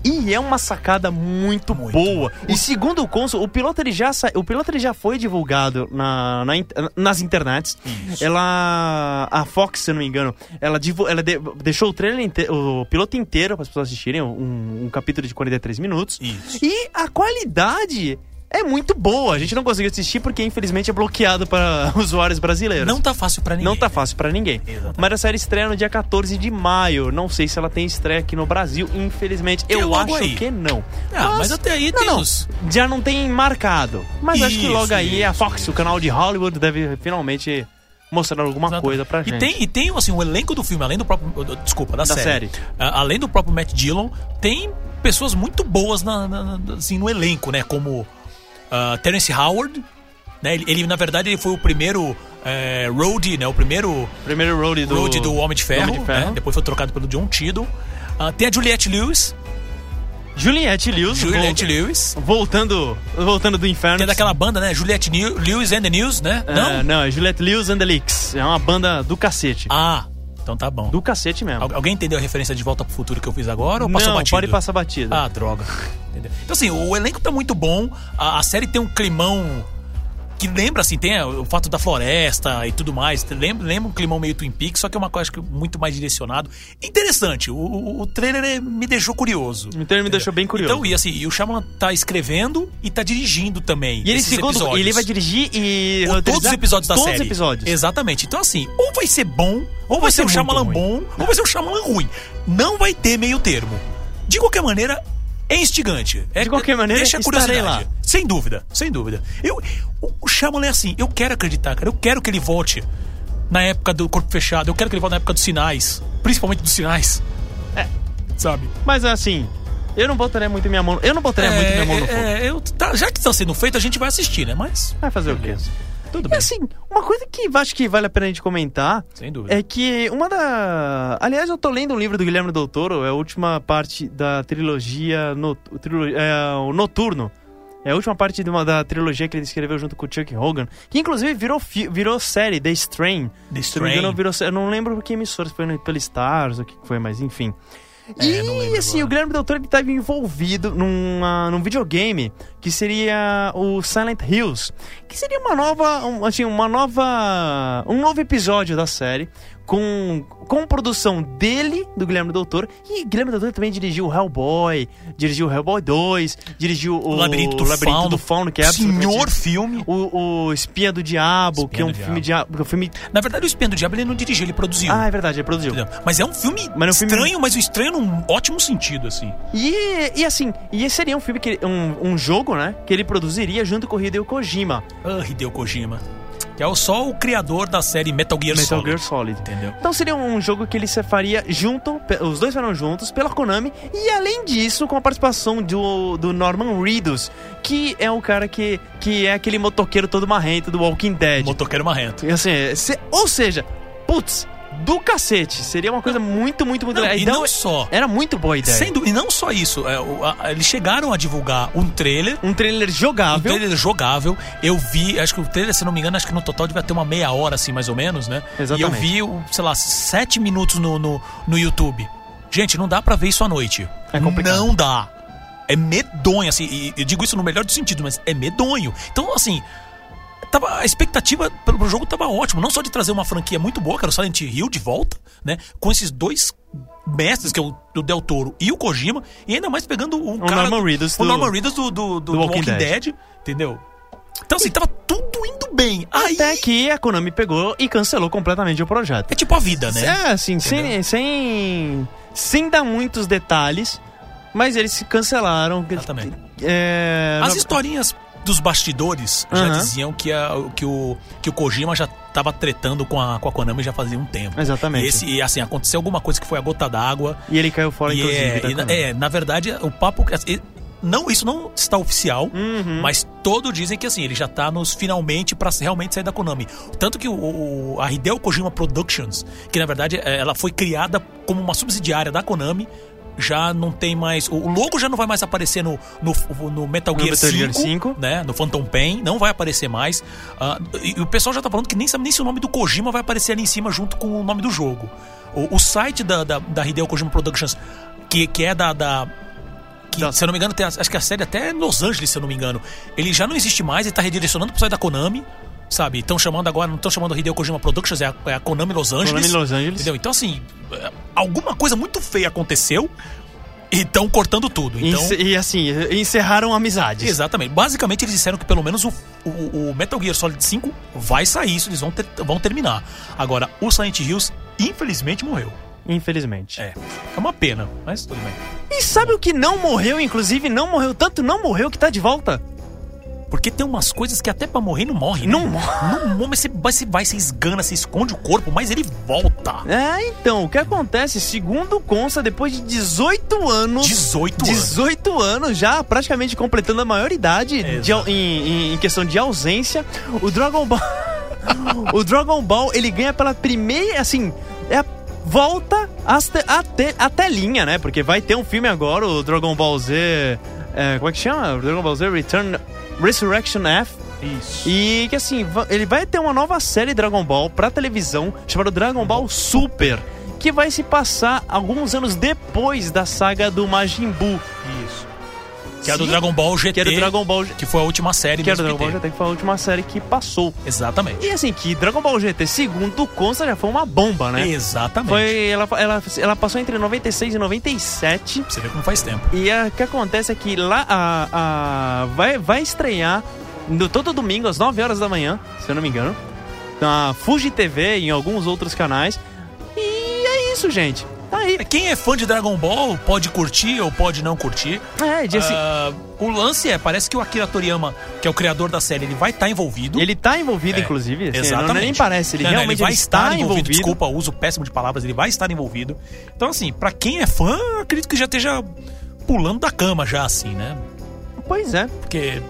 [SPEAKER 1] E é uma sacada muito,
[SPEAKER 4] Muito.
[SPEAKER 1] boa. E segundo o Consul, o piloto ele já, sa- o piloto ele já foi divulgado na, na in- nas internets. Ela. A Fox, se eu não me engano, ela, divu- ela de- deixou o trailer inte- o piloto um inteiro para as pessoas assistirem, um, um capítulo de 43 minutos.
[SPEAKER 4] Isso.
[SPEAKER 1] E a qualidade é muito boa. A gente não conseguiu assistir porque, infelizmente, é bloqueado para usuários brasileiros.
[SPEAKER 4] Não tá fácil pra ninguém.
[SPEAKER 1] Não tá fácil pra ninguém.
[SPEAKER 4] Exatamente.
[SPEAKER 1] Mas a série estreia no dia 14 de maio. Não sei se ela tem estreia aqui no Brasil, infelizmente.
[SPEAKER 4] Tem
[SPEAKER 1] eu
[SPEAKER 4] logo
[SPEAKER 1] acho
[SPEAKER 4] aí.
[SPEAKER 1] que não.
[SPEAKER 4] Ah, mas até aí
[SPEAKER 1] não,
[SPEAKER 4] tem
[SPEAKER 1] não.
[SPEAKER 4] os-
[SPEAKER 1] Já não tem marcado. Mas acho que
[SPEAKER 4] Isso,
[SPEAKER 1] logo aí a
[SPEAKER 4] isso,
[SPEAKER 1] Fox,
[SPEAKER 4] isso.
[SPEAKER 1] o canal de Hollywood, deve finalmente mostrar alguma
[SPEAKER 4] Exato.
[SPEAKER 1] coisa pra
[SPEAKER 4] e
[SPEAKER 1] Tá, gente.
[SPEAKER 4] Tem, e tem assim, o elenco do filme, além do próprio. Desculpa, da,
[SPEAKER 1] Da série.
[SPEAKER 4] série. A- além do próprio Matt Dillon, tem pessoas muito boas na- na- na- assim, no elenco, né? Como ah, Terence Howard. Né? Ele, ele, na verdade, ele foi o primeiro eh, roadie, né? O primeiro
[SPEAKER 1] Primeiro road do,
[SPEAKER 4] roadie do Homem de Ferro.
[SPEAKER 1] Homem de Ferro.
[SPEAKER 4] né? Depois foi trocado pelo John Tiddle. Ah, tem a Juliette Lewis.
[SPEAKER 1] Juliette Lewis.
[SPEAKER 4] Juliette
[SPEAKER 1] vol-
[SPEAKER 4] Lewis.
[SPEAKER 1] Voltando, voltando do inferno.
[SPEAKER 4] Que é daquela banda, né? Juliette New- Lewis and the News, né?
[SPEAKER 1] É,
[SPEAKER 4] Não?
[SPEAKER 1] não, é Juliette Lewis and the Leaks. É uma banda do cacete.
[SPEAKER 4] Ah, então tá bom.
[SPEAKER 1] Do cacete mesmo.
[SPEAKER 4] Al- alguém entendeu a referência de Volta pro Futuro que eu fiz agora ou passou
[SPEAKER 1] não,
[SPEAKER 4] batido?
[SPEAKER 1] pode passar batida.
[SPEAKER 4] Ah, droga. Entendeu? Então, assim, o elenco tá muito bom. A, a série tem um climão que lembra, assim, tem o fato da floresta e tudo mais. Lembra, lembra um climão meio Twin Peaks, só que é uma coisa acho que muito mais direcionado. Interessante. O, o, o trailer eh, me deixou curioso.
[SPEAKER 1] Então ele me deixou bem curioso.
[SPEAKER 4] Então, e assim, e o Shyamalan tá escrevendo e tá dirigindo também.
[SPEAKER 1] e ele,
[SPEAKER 4] esses
[SPEAKER 1] segundo,
[SPEAKER 4] episódios.
[SPEAKER 1] ele vai dirigir e.
[SPEAKER 4] O- todos os
[SPEAKER 1] roteirizar
[SPEAKER 4] episódios da
[SPEAKER 1] todos
[SPEAKER 4] série.
[SPEAKER 1] os episódios.
[SPEAKER 4] Exatamente. Então, assim, ou vai ser bom, ou vai ser um
[SPEAKER 1] ser muito
[SPEAKER 4] Shyamalan
[SPEAKER 1] ruim.
[SPEAKER 4] bom, ou vai ser um Shyamalan ruim. Não vai ter meio termo. De qualquer maneira, é instigante. É,
[SPEAKER 1] De qualquer maneira,
[SPEAKER 4] deixa a
[SPEAKER 1] estarei
[SPEAKER 4] curiosidade.
[SPEAKER 1] lá.
[SPEAKER 4] Sem dúvida, sem dúvida. Eu, o o Shyamalan é assim, eu quero acreditar, cara. Eu quero que ele volte na época do Corpo Fechado. Eu quero que ele volte na época dos sinais. Principalmente dos sinais. É. Sabe?
[SPEAKER 1] Mas assim, eu não botaria muito minha mão. Eu não botaria muito minha mão no fogo.
[SPEAKER 4] é, eu- tá- já que está sendo feito, a gente vai assistir, né? Mas...
[SPEAKER 1] Vai fazer o quê?
[SPEAKER 4] Tudo
[SPEAKER 1] E
[SPEAKER 4] bem.
[SPEAKER 1] assim, uma coisa que eu acho que vale a pena a gente comentar
[SPEAKER 4] Sem dúvida.
[SPEAKER 1] é que uma da. Aliás, eu tô lendo um livro do Guilherme Del Toro, é a última parte da trilogia. No... trilo- é, o Noturno. É a última parte de uma, da trilogia que ele escreveu junto com o Chuck Hogan, que inclusive virou, fi- virou série, The Strain.
[SPEAKER 4] The
[SPEAKER 1] Se não me
[SPEAKER 4] Strain.
[SPEAKER 1] engano, virou série. Eu não lembro que emissora, se foi no- pelo Stars, o que que foi, mas enfim.
[SPEAKER 4] É, não
[SPEAKER 1] e
[SPEAKER 4] lembro
[SPEAKER 1] assim,
[SPEAKER 4] agora.
[SPEAKER 1] o Guilherme Del Toro ele estava envolvido numa, num videogame que seria o Silent Hills, que seria uma nova, um, assim, uma nova, um novo episódio da série com, com produção dele, do Guilherme Del Toro, e Guilherme Del Toro também dirigiu o Hellboy, dirigiu o Hellboy 2, dirigiu o
[SPEAKER 4] O Labirinto do Fauno,
[SPEAKER 1] Fauno, que é
[SPEAKER 4] senhor
[SPEAKER 1] absolutamente-
[SPEAKER 4] filme.
[SPEAKER 1] o, o Espia do Diabo,
[SPEAKER 4] Espia
[SPEAKER 1] que é um
[SPEAKER 4] do
[SPEAKER 1] filme de, que é um filme
[SPEAKER 4] Na verdade, o Espinho do Diabo ele não dirigiu, ele produziu.
[SPEAKER 1] Ah, é verdade, ele produziu.
[SPEAKER 4] Entendeu? Mas é um filme
[SPEAKER 1] Mas é um filme-
[SPEAKER 4] estranho, mas um estranho num ótimo sentido, assim.
[SPEAKER 1] E, e assim, e esse seria um filme que ele- um, um jogo, né, que ele produziria junto com o Hideo Kojima,
[SPEAKER 4] Ah, Hideo Kojima. Que é o- só o criador da série Metal Gear
[SPEAKER 1] Metal
[SPEAKER 4] Solid.
[SPEAKER 1] Gear Solid.
[SPEAKER 4] Entendeu?
[SPEAKER 1] Então seria um jogo que ele se faria junto, pe- os dois farão juntos pela Konami e além disso com a participação do, do Norman Reedus, que é o cara que, que é aquele motoqueiro todo marrento do Walking Dead.
[SPEAKER 4] Motoqueiro Marrento.
[SPEAKER 1] E assim, é- se- ou seja, putz, do cacete, seria uma coisa muito, muito, muito
[SPEAKER 4] Não,
[SPEAKER 1] legal.
[SPEAKER 4] e
[SPEAKER 1] Então,
[SPEAKER 4] não é só.
[SPEAKER 1] era muito boa a ideia.
[SPEAKER 4] Sem dú- e não só isso. é, o- a- a- eles chegaram a divulgar um trailer.
[SPEAKER 1] Um trailer
[SPEAKER 4] Um
[SPEAKER 1] jogável.
[SPEAKER 4] trailer jogável, eu vi, acho que o trailer, se não me engano, acho que no total devia ter uma meia hora, assim, mais ou menos, né?
[SPEAKER 1] Exatamente.
[SPEAKER 4] E eu vi, o- sei lá, sete minutos no, no, no YouTube. Gente, não dá pra ver isso à noite.
[SPEAKER 1] É complicado.
[SPEAKER 4] Não dá. É medonho, assim, e eu digo isso no melhor dos sentidos, mas é medonho. Então, assim, tava, a expectativa pelo pro jogo tava ótimo, não só de trazer uma franquia muito boa, que era o Silent Hill de volta, né? Com esses dois mestres, que é o, o Del Toro e o Kojima, e ainda mais pegando o, cara...
[SPEAKER 1] Norman Reedus
[SPEAKER 4] O
[SPEAKER 1] do-
[SPEAKER 4] Norman Reedus do, do, do, do Walking, Dead. entendeu? Então, assim, tava tudo indo bem. Aí
[SPEAKER 1] Até que a Konami pegou e cancelou completamente o projeto.
[SPEAKER 4] é tipo a vida, né?
[SPEAKER 1] É, assim, sem,
[SPEAKER 4] Entendeu?
[SPEAKER 1] sem, sem dar muitos detalhes, mas eles se cancelaram.
[SPEAKER 4] Exatamente.
[SPEAKER 1] É,
[SPEAKER 4] As
[SPEAKER 1] não-
[SPEAKER 4] historinhas dos bastidores já
[SPEAKER 1] Aham.
[SPEAKER 4] diziam que, a- que, o, que o Kojima já tava tretando com a, com a Konami já fazia um tempo.
[SPEAKER 1] Exatamente.
[SPEAKER 4] E, esse- e, assim, aconteceu alguma coisa que foi a gota d'água.
[SPEAKER 1] E ele caiu fora,
[SPEAKER 4] E
[SPEAKER 1] inclusive. né,
[SPEAKER 4] é,
[SPEAKER 1] da
[SPEAKER 4] e na-
[SPEAKER 1] Konami.
[SPEAKER 4] é, na verdade, o papo. e- Não, isso não está oficial,
[SPEAKER 1] Uhum.
[SPEAKER 4] mas todo dizem que assim, ele já tá nos finalmente pra realmente sair da Konami. Tanto que o, o- a Hideo Kojima Productions, que na verdade é, ela foi criada como uma subsidiária da Konami, já não tem mais. O o logo já não vai mais aparecer no, no, no Metal
[SPEAKER 1] No
[SPEAKER 4] Gear
[SPEAKER 1] Metal
[SPEAKER 4] 5,
[SPEAKER 1] Gear 5.
[SPEAKER 4] né? No Phantom Pain, não vai aparecer mais. Ah, e, e o pessoal já tá falando que nem sabe nem se o nome do Kojima vai aparecer ali em cima junto com o nome do jogo. O, o site da, da, da Hideo Kojima Productions, que, que é da- da, que,
[SPEAKER 1] Da-
[SPEAKER 4] se eu não me engano, tem, a- acho que a série até é em Los Angeles, se eu não me engano. Ele já não existe mais, ele tá redirecionando pro site da Konami, sabe? Estão chamando agora, não estão chamando Hideo Kojima Productions, é a, é a Konami Los Angeles.
[SPEAKER 1] Konami Los Angeles.
[SPEAKER 4] Entendeu? Então, assim, é, alguma coisa muito feia aconteceu E estão cortando tudo. Então,
[SPEAKER 1] Ence- e assim, encerraram amizades.
[SPEAKER 4] Exatamente. Basicamente, eles disseram que pelo menos o, o- o Metal Gear Solid 5 vai sair, isso eles vão, ter- vão terminar. Agora, o Silent Hills, infelizmente, morreu.
[SPEAKER 1] Infelizmente.
[SPEAKER 4] É. É uma pena, mas tudo bem.
[SPEAKER 1] E sabe o que não morreu, inclusive? Não morreu tanto, não morreu que tá de volta.
[SPEAKER 4] Porque tem umas coisas que até pra morrer não morre. né?
[SPEAKER 1] Não morre.
[SPEAKER 4] Não morre, mas você vai, você, vai, você esgana, você esconde o corpo, mas ele volta.
[SPEAKER 1] É, então, o que acontece? Segundo consta, depois de 18 anos.
[SPEAKER 4] 18 anos.
[SPEAKER 1] 18 anos já, praticamente completando a maioridade
[SPEAKER 4] Exato.
[SPEAKER 1] de au- em, em- em questão de ausência. O Dragon Ball. o Dragon Ball, ele ganha pela primeira. Assim, é a volta às te- à te- à telinha, né? Porque vai ter um filme agora, o Dragon Ball Z. é, como é que chama? Dragon Ball Z Return. Resurrection F.
[SPEAKER 4] Isso.
[SPEAKER 1] E que assim, va- ele vai ter uma nova série Dragon Ball pra televisão chamada Dragon Ball Super, que vai se passar alguns anos depois da saga do Majin Buu.
[SPEAKER 4] Isso. Que é do
[SPEAKER 1] Sim,
[SPEAKER 4] Dragon Ball GT.
[SPEAKER 1] Que era o Dragon Ball G-
[SPEAKER 4] que foi a última série
[SPEAKER 1] que era
[SPEAKER 4] do
[SPEAKER 1] o Dragon Ball
[SPEAKER 4] SBT.
[SPEAKER 1] GT, que foi a última série que passou.
[SPEAKER 4] Exatamente.
[SPEAKER 1] E assim, que Dragon Ball GT, segundo consta, já foi uma bomba, né?
[SPEAKER 4] Exatamente.
[SPEAKER 1] Foi, ela, ela, ela passou entre 96 e 97.
[SPEAKER 4] Você vê como faz tempo.
[SPEAKER 1] E a- o que acontece é que lá a, a- vai, vai estrear no, todo domingo às 9 horas da manhã, se eu não me engano, na Fuji TV e em alguns outros canais. E é isso, gente. Tá aí.
[SPEAKER 4] Quem é fã de Dragon Ball pode curtir ou pode não curtir.
[SPEAKER 1] É, de assim,
[SPEAKER 4] Ah, o lance é, parece que o Akira Toriyama, que é o criador da série, ele vai estar envolvido.
[SPEAKER 1] ele tá envolvido,
[SPEAKER 4] É,
[SPEAKER 1] inclusive. assim,
[SPEAKER 4] exatamente.
[SPEAKER 1] Não, nem parece, ele
[SPEAKER 4] Não, não,
[SPEAKER 1] realmente
[SPEAKER 4] vai
[SPEAKER 1] ele está envolvido.
[SPEAKER 4] Desculpa, uso péssimo de palavras, ele vai estar envolvido. Então, assim, pra quem é fã, acredito que já esteja pulando da cama já, assim, né?
[SPEAKER 1] Pois é.
[SPEAKER 4] Porque,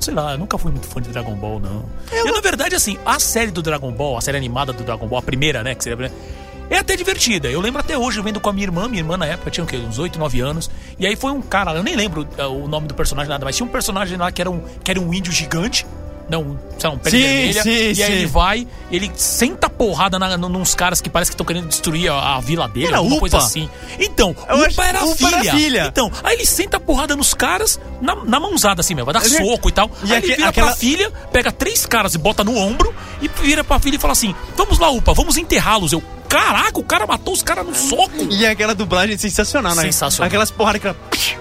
[SPEAKER 4] sei lá, eu nunca fui muito fã de Dragon Ball, não. Eu, na verdade, assim, a série do Dragon Ball, a série animada do Dragon Ball, a primeira, né? Que seria a primeira, é até divertida. Eu lembro até hoje, vendo com a minha irmã. Minha irmã, na época, tinha o quê? Uns 8, 9 anos. E aí foi um cara, eu nem lembro ah, o nome do personagem, nada, mas tinha um personagem lá que era um, que era um índio gigante. Não, um, sei lá, um pé de
[SPEAKER 1] Sim,
[SPEAKER 4] vermelha.
[SPEAKER 1] sim,
[SPEAKER 4] e
[SPEAKER 1] sim.
[SPEAKER 4] aí ele vai, ele senta porrada na, no- nos caras que parece que estão querendo destruir a, a vila dele,
[SPEAKER 1] Era
[SPEAKER 4] alguma coisa
[SPEAKER 1] Upa.
[SPEAKER 4] assim. Então,
[SPEAKER 1] Eu
[SPEAKER 4] Upa
[SPEAKER 1] acho-
[SPEAKER 4] era a
[SPEAKER 1] Upa era a filha.
[SPEAKER 4] filha. Então, aí ele senta a porrada nos caras na, na mãozada, assim mesmo. Vai dar
[SPEAKER 1] Ele- é-
[SPEAKER 4] soco e tal.
[SPEAKER 1] E
[SPEAKER 4] aí
[SPEAKER 1] aque-
[SPEAKER 4] ele vira
[SPEAKER 1] aquela-
[SPEAKER 4] pra filha, pega três caras e bota no ombro e vira pra filha e fala assim: Vamos lá, Upa, vamos enterrá-los. Eu, caraca, o cara matou os caras no soco.
[SPEAKER 1] E é aquela dublagem sensacional, né?
[SPEAKER 4] Sensacional.
[SPEAKER 1] Aquelas porradas que ela...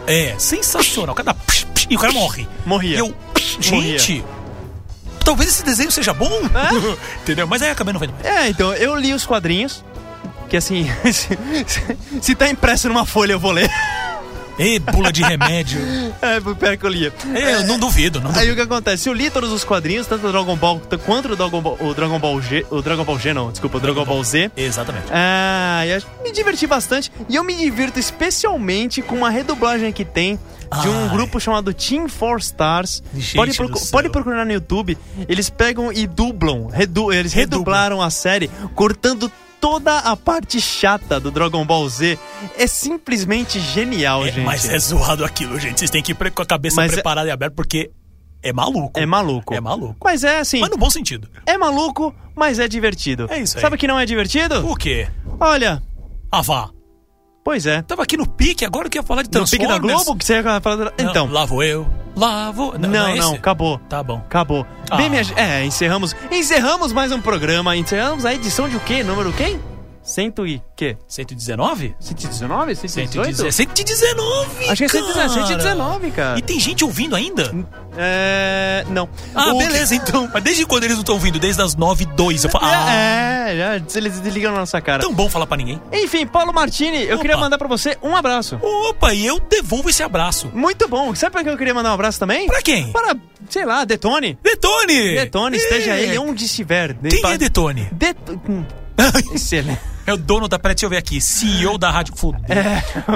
[SPEAKER 4] É, sensacional. Cada psh, psh, e o cara morre.
[SPEAKER 1] Morria.
[SPEAKER 4] E eu,
[SPEAKER 1] Morria.
[SPEAKER 4] gente. Talvez esse desenho seja bom, entendeu? Mas aí acabei não vendo mais.
[SPEAKER 1] É, então, eu li os quadrinhos. Que assim, se, se- se tá impresso numa folha, eu vou ler.
[SPEAKER 4] Ê, pula de remédio.
[SPEAKER 1] É, pior que eu lia.
[SPEAKER 4] Ê, eu não duvido, não
[SPEAKER 1] Aí
[SPEAKER 4] duvido.
[SPEAKER 1] o que acontece? Eu li todos os quadrinhos, tanto o Dragon Ball quanto o Dragon Ball, o Dragon Ball G. O Dragon Ball G, não, desculpa, o Dragon Ball Z.
[SPEAKER 4] Exatamente.
[SPEAKER 1] Ah, e eu me diverti bastante. E eu me divirto especialmente com uma redublagem que tem de um
[SPEAKER 4] Ai.
[SPEAKER 1] grupo chamado Team Four Stars.
[SPEAKER 4] Gente
[SPEAKER 1] Pode,
[SPEAKER 4] do
[SPEAKER 1] procu-
[SPEAKER 4] céu.
[SPEAKER 1] pode procurar no YouTube. Eles pegam e dublam. redu- eles redublaram a série, cortando toda a parte chata do Dragon Ball Z. É simplesmente genial,
[SPEAKER 4] É,
[SPEAKER 1] gente.
[SPEAKER 4] mas é zoado aquilo, gente. Vocês têm que ir pre- com a cabeça
[SPEAKER 1] Mas é-
[SPEAKER 4] preparada e aberta, porque é maluco.
[SPEAKER 1] É maluco.
[SPEAKER 4] É maluco.
[SPEAKER 1] Mas é assim.
[SPEAKER 4] Mas no bom sentido.
[SPEAKER 1] É maluco, mas é divertido.
[SPEAKER 4] É isso aí.
[SPEAKER 1] Sabe o que não é divertido?
[SPEAKER 4] O quê?
[SPEAKER 1] Olha,
[SPEAKER 4] Ah, vá.
[SPEAKER 1] pois é.
[SPEAKER 4] Tava aqui no pique, agora que ia falar de
[SPEAKER 1] No pique
[SPEAKER 4] Transformers.
[SPEAKER 1] da Globo, que você ia falar.
[SPEAKER 4] Não,
[SPEAKER 1] Então.
[SPEAKER 4] Lá vou eu. Lá vou...
[SPEAKER 1] Não,
[SPEAKER 4] Não,
[SPEAKER 1] não,
[SPEAKER 4] é esse?
[SPEAKER 1] acabou.
[SPEAKER 4] Tá bom.
[SPEAKER 1] Acabou. Bem,
[SPEAKER 4] Ah.
[SPEAKER 1] minha gente- É, encerramos. Encerramos mais um programa. Encerramos a edição de o quê? Número quem? Cento e quê?
[SPEAKER 4] 119?
[SPEAKER 1] 119? 118?
[SPEAKER 4] 119. 119,
[SPEAKER 1] Acho que é
[SPEAKER 4] cara.
[SPEAKER 1] 119, 119, cara.
[SPEAKER 4] E tem gente ouvindo ainda?
[SPEAKER 1] É. Não.
[SPEAKER 4] Ah,
[SPEAKER 1] O que-
[SPEAKER 4] beleza, então. Mas desde quando eles não estão ouvindo? Desde as 9 e 2. Eu falo, ah,
[SPEAKER 1] É, é, já eles desligam na nossa cara.
[SPEAKER 4] tão bom falar pra ninguém.
[SPEAKER 1] Enfim, Paulo Martini, eu
[SPEAKER 4] Opa.
[SPEAKER 1] queria mandar pra você um abraço.
[SPEAKER 4] Opa, e eu devolvo esse abraço.
[SPEAKER 1] Muito bom. Sabe pra que eu queria mandar um abraço também?
[SPEAKER 4] Pra quem?
[SPEAKER 1] Para, sei lá, Detone.
[SPEAKER 4] Detone!
[SPEAKER 1] Detone, esteja
[SPEAKER 4] É.
[SPEAKER 1] ele onde estiver. De-
[SPEAKER 4] Quem
[SPEAKER 1] pa-
[SPEAKER 4] é Detone?
[SPEAKER 1] Det- hum, Excelente.
[SPEAKER 4] É o dono da. Pera, deixa eu ver aqui. CEO da Rádio Fudeu.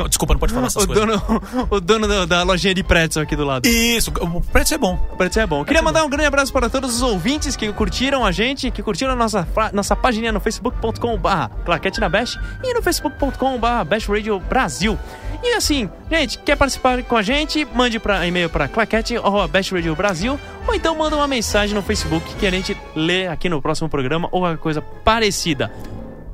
[SPEAKER 4] Desculpa, não pode falar essas
[SPEAKER 1] É. O
[SPEAKER 4] coisas.
[SPEAKER 1] dono, o dono da- da lojinha de pretzel aqui do lado.
[SPEAKER 4] Isso, o preço é bom.
[SPEAKER 1] Pretzel é bom. Queria mandar um grande abraço para todos os ouvintes que curtiram a gente, que curtiram a nossa, fa- nossa página no facebook.com.br Claquete na Best e no facebook.com.br Best Radio Brasil. E assim, gente, quer participar com a gente? Mande para e-mail para claquete arroba Best Radio Brasil ou então manda uma mensagem no Facebook que a gente lê aqui no próximo programa ou alguma coisa parecida.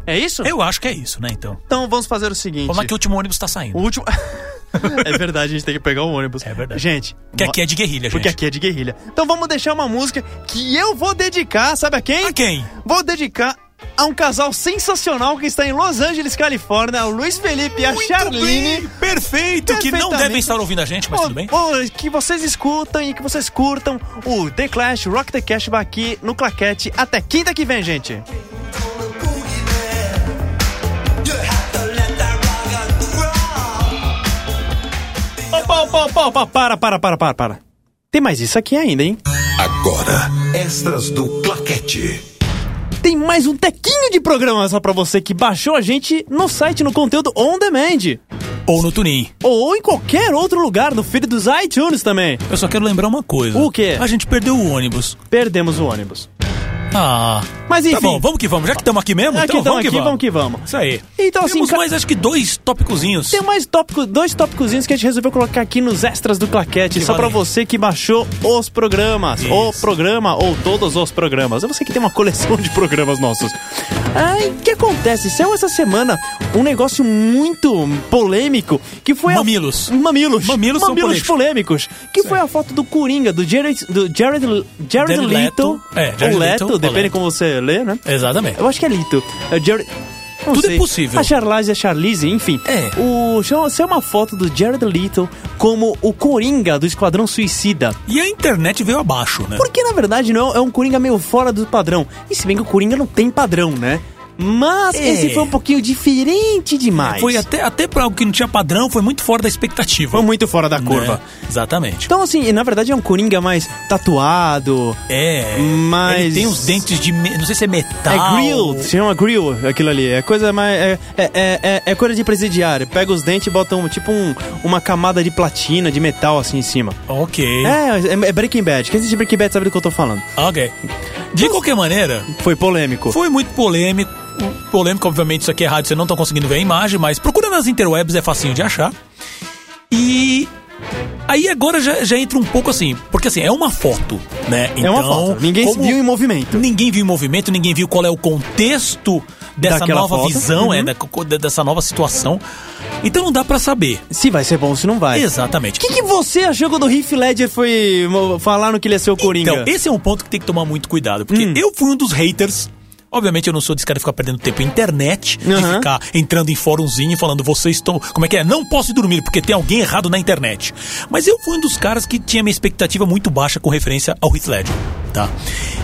[SPEAKER 1] É isso?
[SPEAKER 4] Eu acho que é isso, né, então.
[SPEAKER 1] Então vamos fazer o seguinte.
[SPEAKER 4] Vamos lá que o último ônibus tá
[SPEAKER 1] O
[SPEAKER 4] saindo.
[SPEAKER 1] último. é verdade, a gente tem que pegar o ônibus.
[SPEAKER 4] É verdade.
[SPEAKER 1] Gente,
[SPEAKER 4] Porque aqui é de guerrilha, gente.
[SPEAKER 1] porque aqui é de guerrilha. Então vamos deixar uma música que eu vou dedicar, sabe a quem?
[SPEAKER 4] A Ah, quem?
[SPEAKER 1] Vou dedicar a um casal sensacional que está em Los Angeles, Califórnia, o Luiz Felipe e a
[SPEAKER 4] Muito
[SPEAKER 1] Charlene.
[SPEAKER 4] bem, perfeito, que não
[SPEAKER 1] Perfeitamente.
[SPEAKER 4] devem estar ouvindo a gente, mas
[SPEAKER 1] Ô,
[SPEAKER 4] tudo bem.
[SPEAKER 1] ô, que vocês escutem e que vocês curtam o The Clash, Rock the Cash aqui no Claquete. Até quinta que vem, gente. Opa, opa, opa, opa, para, para, para, para, para. Tem mais isso aqui ainda, hein?
[SPEAKER 3] Agora, extras do Claquete.
[SPEAKER 1] Tem mais um tequinho de programa só pra você que baixou a gente no site, no conteúdo On Demand.
[SPEAKER 4] Ou no Tunin.
[SPEAKER 1] Ou em qualquer outro lugar, no feed dos iTunes também.
[SPEAKER 4] Eu só quero lembrar uma coisa.
[SPEAKER 1] O quê?
[SPEAKER 4] A gente perdeu o ônibus.
[SPEAKER 1] Perdemos o ônibus.
[SPEAKER 4] Ah.
[SPEAKER 1] Mas enfim.
[SPEAKER 4] Tá bom, vamos que vamos. Já que estamos aqui mesmo,
[SPEAKER 1] Aqui tamo
[SPEAKER 4] então vamos
[SPEAKER 1] aqui,
[SPEAKER 4] que
[SPEAKER 1] vamos
[SPEAKER 4] vamos.
[SPEAKER 1] que vamos.
[SPEAKER 4] Isso aí.
[SPEAKER 1] Então, assim,
[SPEAKER 4] Temos
[SPEAKER 1] ca-
[SPEAKER 4] mais acho que dois tópicozinhos.
[SPEAKER 1] Tem um- mais tópicos, dois tópicozinhos que a gente resolveu colocar aqui nos extras do Claquete,
[SPEAKER 4] Que
[SPEAKER 1] só pra
[SPEAKER 4] valem.
[SPEAKER 1] você que baixou os programas, o
[SPEAKER 4] Isso.
[SPEAKER 1] programa ou todos os programas. É você que tem uma coleção de programas nossos. Ai, o que acontece? Saiu essa semana um negócio muito polêmico que foi a-
[SPEAKER 4] Mamilos.
[SPEAKER 1] Mamilos.
[SPEAKER 4] Mamilos são
[SPEAKER 1] polêmicos. Que foi a foto do Coringa, do Jared, do Jared, Jared Leto.
[SPEAKER 4] Jared Leto. É, Jared
[SPEAKER 1] ou Leto,
[SPEAKER 4] Leto, ou
[SPEAKER 1] depende
[SPEAKER 4] Leto.
[SPEAKER 1] como você lê, né?
[SPEAKER 4] Exatamente.
[SPEAKER 1] Eu acho que é Lito. É Jared... não
[SPEAKER 4] Tudo é
[SPEAKER 1] sei.
[SPEAKER 4] possível.
[SPEAKER 1] A Charlize é Charlize, enfim.
[SPEAKER 4] É.
[SPEAKER 1] O, chama- saiu uma foto do Jared Leto como o Coringa do Esquadrão Suicida.
[SPEAKER 4] E a internet veio abaixo, né?
[SPEAKER 1] Porque, na verdade, não é um Coringa meio fora do padrão. E se bem que o Coringa não tem padrão, né? Mas
[SPEAKER 4] É.
[SPEAKER 1] esse foi um pouquinho diferente demais.
[SPEAKER 4] Foi até, até pra algo que não tinha padrão, foi muito fora da expectativa.
[SPEAKER 1] Foi muito fora da
[SPEAKER 4] Né?
[SPEAKER 1] curva.
[SPEAKER 4] Exatamente.
[SPEAKER 1] Então, assim, na verdade é um Coringa mais tatuado.
[SPEAKER 4] É.
[SPEAKER 1] Mas-
[SPEAKER 4] Ele tem os dentes de. me- Não sei se é metal.
[SPEAKER 1] É grilled, se chama grill aquilo ali. É coisa mais. É, é, é- é- é coisa de presidiário. Pega os dentes e bota um, tipo um- uma camada de platina, de metal assim em cima.
[SPEAKER 4] Ok.
[SPEAKER 1] É, é, é Breaking Bad. Quem assiste Breaking Bad sabe do que eu tô falando.
[SPEAKER 4] Ok. De
[SPEAKER 1] Então,
[SPEAKER 4] qualquer maneira,
[SPEAKER 1] Foi polêmico.
[SPEAKER 4] foi muito polêmico. Polêmico, obviamente, isso aqui é rádio, você não tá conseguindo ver a imagem, mas procura nas interwebs, é facinho de achar. E. Aí agora já, já entra um pouco assim, porque assim, é uma foto, né?
[SPEAKER 1] é uma foto. Ninguém se
[SPEAKER 4] como-
[SPEAKER 1] viu em movimento.
[SPEAKER 4] Ninguém viu o movimento, ninguém viu qual é o contexto dessa
[SPEAKER 1] Daquela
[SPEAKER 4] nova
[SPEAKER 1] foto.
[SPEAKER 4] visão, é,
[SPEAKER 1] Uhum.
[SPEAKER 4] da co- da- dessa nova situação. Então não dá pra saber.
[SPEAKER 1] Se vai ser bom ou se não vai. O
[SPEAKER 4] Exatamente.
[SPEAKER 1] que, que você achou quando o Heath Ledger foi mo- falar no que ele ia ser o Coringa? Hum.
[SPEAKER 4] Então, esse é um ponto que tem que tomar muito cuidado, porque eu fui um dos haters. Obviamente eu não sou desse cara de ficar perdendo tempo na internet,
[SPEAKER 1] Aham.
[SPEAKER 4] de ficar entrando em fórumzinho e falando vocês estão, como é que é? Não posso ir dormir porque tem alguém errado na internet. Mas eu fui um dos caras que tinha minha expectativa muito baixa com referência ao Heath Ledger, tá?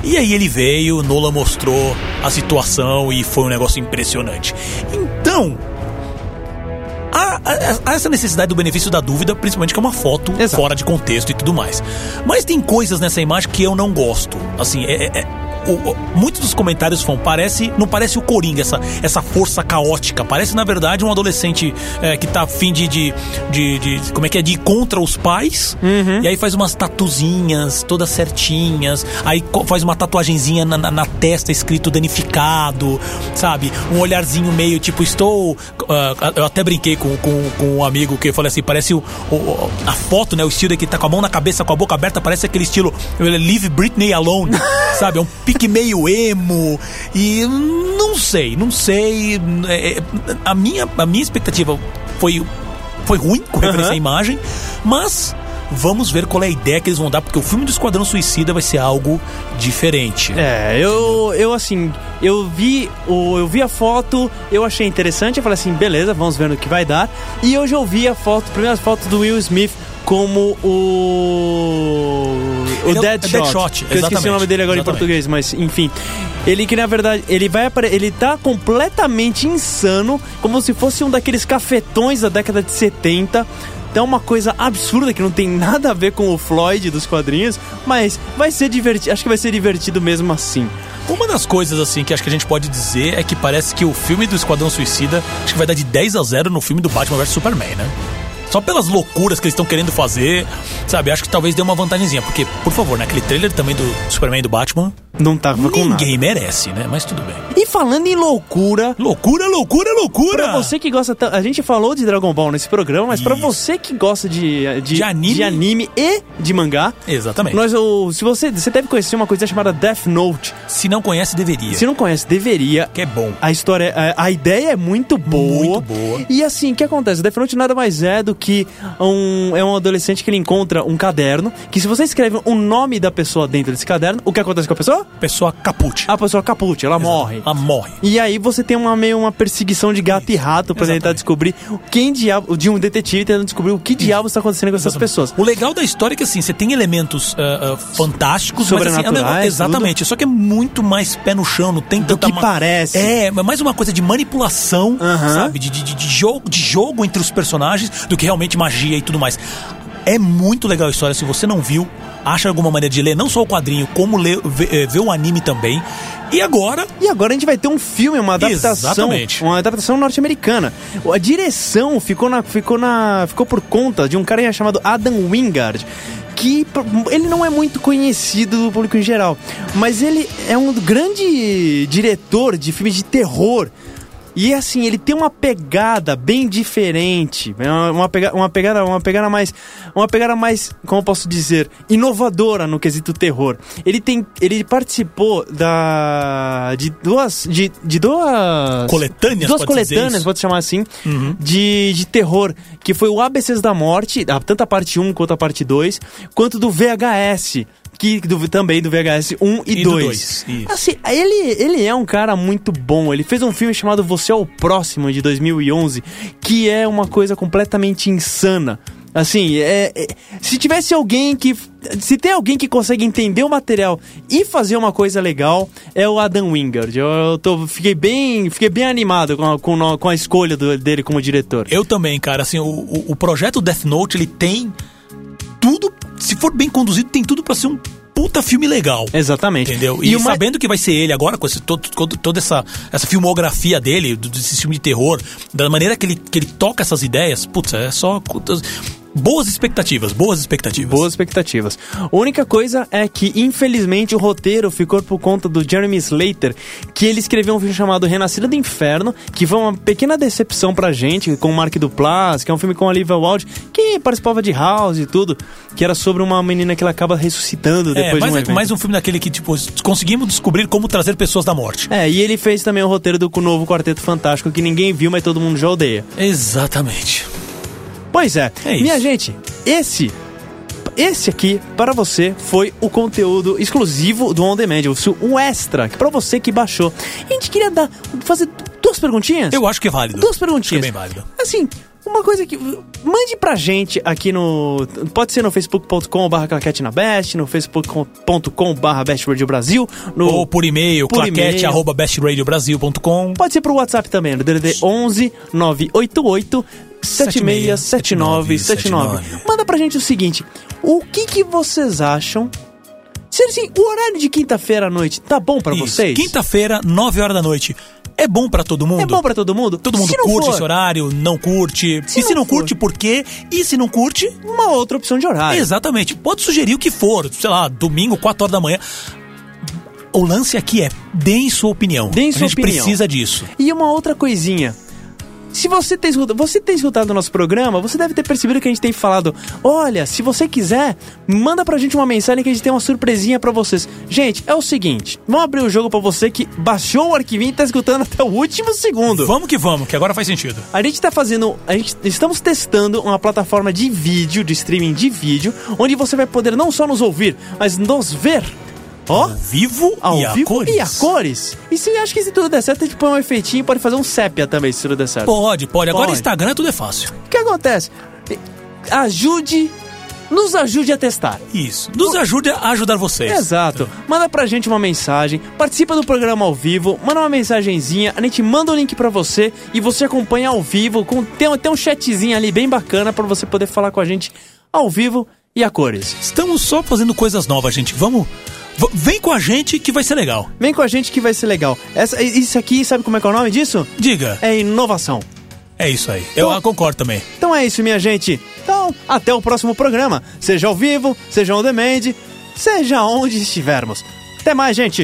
[SPEAKER 4] E aí ele veio, Nola mostrou a situação e foi um negócio impressionante. Então, há, há- há essa necessidade do benefício da dúvida, principalmente que é uma foto
[SPEAKER 1] Exato.
[SPEAKER 4] fora de contexto e tudo mais. Mas tem coisas nessa imagem que eu não gosto. Assim, é. é- é- o- o- muitos dos comentários foram, parece, não parece o Coringa, essa, essa força caótica. Parece, na verdade, um adolescente é, que tá afim de, de, de, de- Como é que é? De ir contra os pais. E aí faz umas tatuzinhas todas certinhas. Aí co- faz uma tatuagenzinha na, na- na testa escrito danificado, sabe? Um olharzinho meio tipo, estou. ah, eu até brinquei com, com, com um amigo que eu falei assim: parece o, o- o- a foto, né? O estilo é que tá com a mão na cabeça, com a boca aberta, parece aquele estilo eh, Leave Britney Alone, sabe? É um pique meio emo. E não sei, não sei. É, é, A minha, a minha expectativa foi, foi ruim com referência
[SPEAKER 1] Aham.
[SPEAKER 4] à imagem, mas. Vamos ver qual é a ideia que eles vão dar, porque o filme do Esquadrão Suicida vai ser algo diferente.
[SPEAKER 1] É, eu, eu assim, eu vi, o, eu vi a foto, eu achei interessante, eu falei assim, beleza, vamos ver no que vai dar. E hoje eu vi a foto, a primeira foto do Will Smith como o o
[SPEAKER 4] Ele é o- é
[SPEAKER 1] Deadshot.
[SPEAKER 4] Deadshot,
[SPEAKER 1] que eu esqueci o nome dele agora
[SPEAKER 4] exatamente.
[SPEAKER 1] em português, mas enfim. Ele que na verdade, ele vai apare- ele tá completamente insano, como se fosse um daqueles cafetões da década de 70. Então é uma coisa absurda que não tem nada a ver com o Floyd dos quadrinhos, mas vai ser divertido, acho que vai ser divertido mesmo assim.
[SPEAKER 4] Uma das coisas, assim, que acho que a gente pode dizer é que parece que o filme do Esquadrão Suicida acho que vai dar de 10 a 0 no filme do Batman vs Superman, né? Só pelas loucuras que eles estão querendo fazer, sabe? Acho que talvez dê uma vantagenzinha, porque, por favor, naquele trailer também do Superman e do Batman,
[SPEAKER 1] Não tava com nada.
[SPEAKER 4] ninguém merece, né? Mas tudo bem.
[SPEAKER 1] E falando em loucura,
[SPEAKER 4] Loucura, loucura, loucura!
[SPEAKER 1] Pra você que gosta. ta- A gente falou de Dragon Ball nesse programa, mas pra
[SPEAKER 4] Ah. Isso.
[SPEAKER 1] você que gosta de, de,
[SPEAKER 4] De anime.
[SPEAKER 1] de anime e de mangá.
[SPEAKER 4] Exatamente.
[SPEAKER 1] Nós, o- se você, você deve conhecer uma coisa chamada Death Note.
[SPEAKER 4] Se não conhece, deveria.
[SPEAKER 1] Se não conhece, deveria.
[SPEAKER 4] Que é bom.
[SPEAKER 1] A história, a, a ideia é muito boa.
[SPEAKER 4] Muito boa.
[SPEAKER 1] E assim, o que acontece? Death Note nada mais é do que um, é um adolescente que ele encontra um caderno, que se você escreve o nome da pessoa dentro desse caderno, o que acontece com a pessoa?
[SPEAKER 4] Pessoa caput.
[SPEAKER 1] A pessoa é caput, ela morre.
[SPEAKER 4] Ela morre.
[SPEAKER 1] E aí você tem uma meio uma perseguição de gato e rato pra tentar descobrir quem diabo de um detetive tentando descobrir o que diabo está acontecendo com essas pessoas.
[SPEAKER 4] O legal da história é que assim, você tem elementos ah, ah, fantásticos, Mas, assim,
[SPEAKER 1] Sobrenaturais,
[SPEAKER 4] anda- exatamente. Só que é muito mais pé no chão, não tem
[SPEAKER 1] Do
[SPEAKER 4] tanta
[SPEAKER 1] que
[SPEAKER 4] ma-
[SPEAKER 1] parece.
[SPEAKER 4] É, mas mais uma coisa de manipulação,
[SPEAKER 1] Aham.
[SPEAKER 4] sabe? De, de, de- de jogo, de jogo entre os personagens do que realmente magia e tudo mais. É muito legal a história. Se você não viu, acha alguma maneira de ler, não só o quadrinho, como ler, ver, eh, ver o anime também. E agora,
[SPEAKER 1] E agora a gente vai ter um filme, uma adaptação,
[SPEAKER 4] Exatamente.
[SPEAKER 1] uma adaptação norte-americana. A direção ficou na, ficou na, ficou por conta de um cara chamado Adam Wingard, que pr- ele não é muito conhecido do público em geral, mas ele é um grande diretor de filmes de terror. E assim, ele tem uma pegada bem diferente, é uma, uma, pega, uma pegada, uma pegada mais, uma pegada mais, como eu posso dizer, inovadora no quesito terror. Ele tem, ele participou da de duas de, de duas
[SPEAKER 4] Coletâneas,
[SPEAKER 1] duas
[SPEAKER 4] pode dizer
[SPEAKER 1] coletâneas,
[SPEAKER 4] isso?
[SPEAKER 1] pode chamar assim, de, de terror, que foi o ABCs da Morte, a- tanto a parte 1 quanto a parte 2, quanto do VHS, que do, também do VHS 1 e,
[SPEAKER 4] E do
[SPEAKER 1] 2.
[SPEAKER 4] dois, isso.
[SPEAKER 1] Assim, ele, ele é um cara muito bom. Ele fez um filme chamado Você é o Próximo, de 2011, que é uma coisa completamente insana. Assim, é, é- se tivesse alguém que. Se tem alguém que consegue entender o material e fazer uma coisa legal, é o Adam Wingard. Eu, eu tô, fiquei, bem, fiquei bem animado com a, com no- com a escolha do- dele como diretor.
[SPEAKER 4] Eu também, cara. Assim, o, o, o projeto Death Note, ele tem tudo. Se for bem conduzido, tem tudo pra ser um puta filme legal.
[SPEAKER 1] Exatamente.
[SPEAKER 4] Entendeu? E,
[SPEAKER 1] uma-
[SPEAKER 4] sabendo que vai ser ele agora, com esse, todo, todo- toda essa, essa filmografia dele, do- desse filme de terror, da maneira que ele, que ele toca essas ideias, putz, é só. Boas expectativas, boas expectativas.
[SPEAKER 1] Boas expectativas. A única coisa é que, infelizmente, o roteiro ficou por conta do Jeremy Slater, que ele escreveu um filme chamado Renascida do Inferno, que foi uma pequena decepção pra gente, com o Mark Duplass, que é um filme com a Olivia Wilde, que participava de House e tudo, que era sobre uma menina que ela acaba ressuscitando
[SPEAKER 4] É,
[SPEAKER 1] depois
[SPEAKER 4] mais,
[SPEAKER 1] de um evento.
[SPEAKER 4] mais um filme daquele que, tipo, conseguimos descobrir como trazer pessoas da morte.
[SPEAKER 1] É, e ele fez também o roteiro do novo Quarteto Fantástico, que ninguém viu, mas todo mundo já odeia.
[SPEAKER 4] Exatamente.
[SPEAKER 1] Pois é.
[SPEAKER 4] É isso.
[SPEAKER 1] Minha gente, esse esse aqui para você foi o conteúdo exclusivo do On Demand, o seu- um extra que para você que baixou. E a gente queria dar fazer duas perguntinhas.
[SPEAKER 4] Eu acho que é válido.
[SPEAKER 1] duas
[SPEAKER 4] Acho
[SPEAKER 1] perguntinhas.
[SPEAKER 4] que é bem válido.
[SPEAKER 1] Assim, uma coisa que mande pra gente aqui no pode ser no facebook.com/barra claquete na best, no facebook.com/barra Brasil, no
[SPEAKER 4] Ou por e-mail,
[SPEAKER 1] Por
[SPEAKER 4] claquete,
[SPEAKER 1] e-mail.
[SPEAKER 4] arroba bestradiobrasil.com.
[SPEAKER 1] Pode ser pro WhatsApp também, no DDD 11 988 767979. Manda pra gente o seguinte: o que que vocês acham? Se assim, o horário de quinta-feira à noite tá bom pra
[SPEAKER 4] Isso.
[SPEAKER 1] vocês?
[SPEAKER 4] Quinta-feira, 9 horas da noite. É bom pra todo mundo?
[SPEAKER 1] é bom pra todo mundo?
[SPEAKER 4] Todo mundo
[SPEAKER 1] se não
[SPEAKER 4] curte
[SPEAKER 1] for,
[SPEAKER 4] esse horário, não curte.
[SPEAKER 1] Se
[SPEAKER 4] e se
[SPEAKER 1] não
[SPEAKER 4] não
[SPEAKER 1] for.
[SPEAKER 4] curte, por quê? E se não curte,
[SPEAKER 1] Uma outra opção de horário.
[SPEAKER 4] Exatamente. Pode sugerir o que for, sei lá, domingo, 4 horas da manhã. O lance aqui é deem sua opinião.
[SPEAKER 1] Deem sua
[SPEAKER 4] a gente
[SPEAKER 1] opinião.
[SPEAKER 4] precisa disso.
[SPEAKER 1] E uma outra coisinha. Se você tem escutado, você tem escutado o nosso programa, você deve ter percebido que a gente tem falado: olha, se você quiser, manda pra gente uma mensagem que a gente tem uma surpresinha pra vocês. Gente, é o seguinte: vamos abrir o jogo pra você que baixou o arquivinho e tá escutando até o último segundo.
[SPEAKER 4] Vamos que vamos, que agora faz sentido.
[SPEAKER 1] A gente tá fazendo. A gente, estamos testando uma plataforma de vídeo, de streaming de vídeo, onde você vai poder não só nos ouvir, mas nos ver. Ó!
[SPEAKER 4] Ao vivo
[SPEAKER 1] ao
[SPEAKER 4] e a
[SPEAKER 1] vivo
[SPEAKER 4] cores.
[SPEAKER 1] e a cores. E se acha que se tudo der certo, a gente põe um efeitinho e pode fazer um sépia também, se tudo der certo.
[SPEAKER 4] Pode, pode. Agora
[SPEAKER 1] Pode.
[SPEAKER 4] Instagram tudo é fácil.
[SPEAKER 1] O que acontece? Ajude, nos ajude a testar.
[SPEAKER 4] Isso. Nos ajude a ajudar vocês.
[SPEAKER 1] Exato. Manda pra gente uma mensagem, participa do programa ao vivo, manda uma mensagenzinha, a gente manda o link pra você e você acompanha ao vivo, com, tem até um chatzinho ali bem bacana pra você poder falar com a gente ao vivo e a cores.
[SPEAKER 4] Estamos só fazendo coisas novas, gente. Vamos. v- vem com a gente que vai ser legal.
[SPEAKER 1] Vem com a gente que vai ser legal. Essa- isso aqui, sabe como é que é o nome disso?
[SPEAKER 4] Diga.
[SPEAKER 1] É inovação.
[SPEAKER 4] É, isso aí. Eu
[SPEAKER 1] Tô-
[SPEAKER 4] concordo também.
[SPEAKER 1] Então é isso, minha gente. Então, até o próximo programa. Seja ao vivo, seja on demand, seja onde estivermos. Até mais, gente!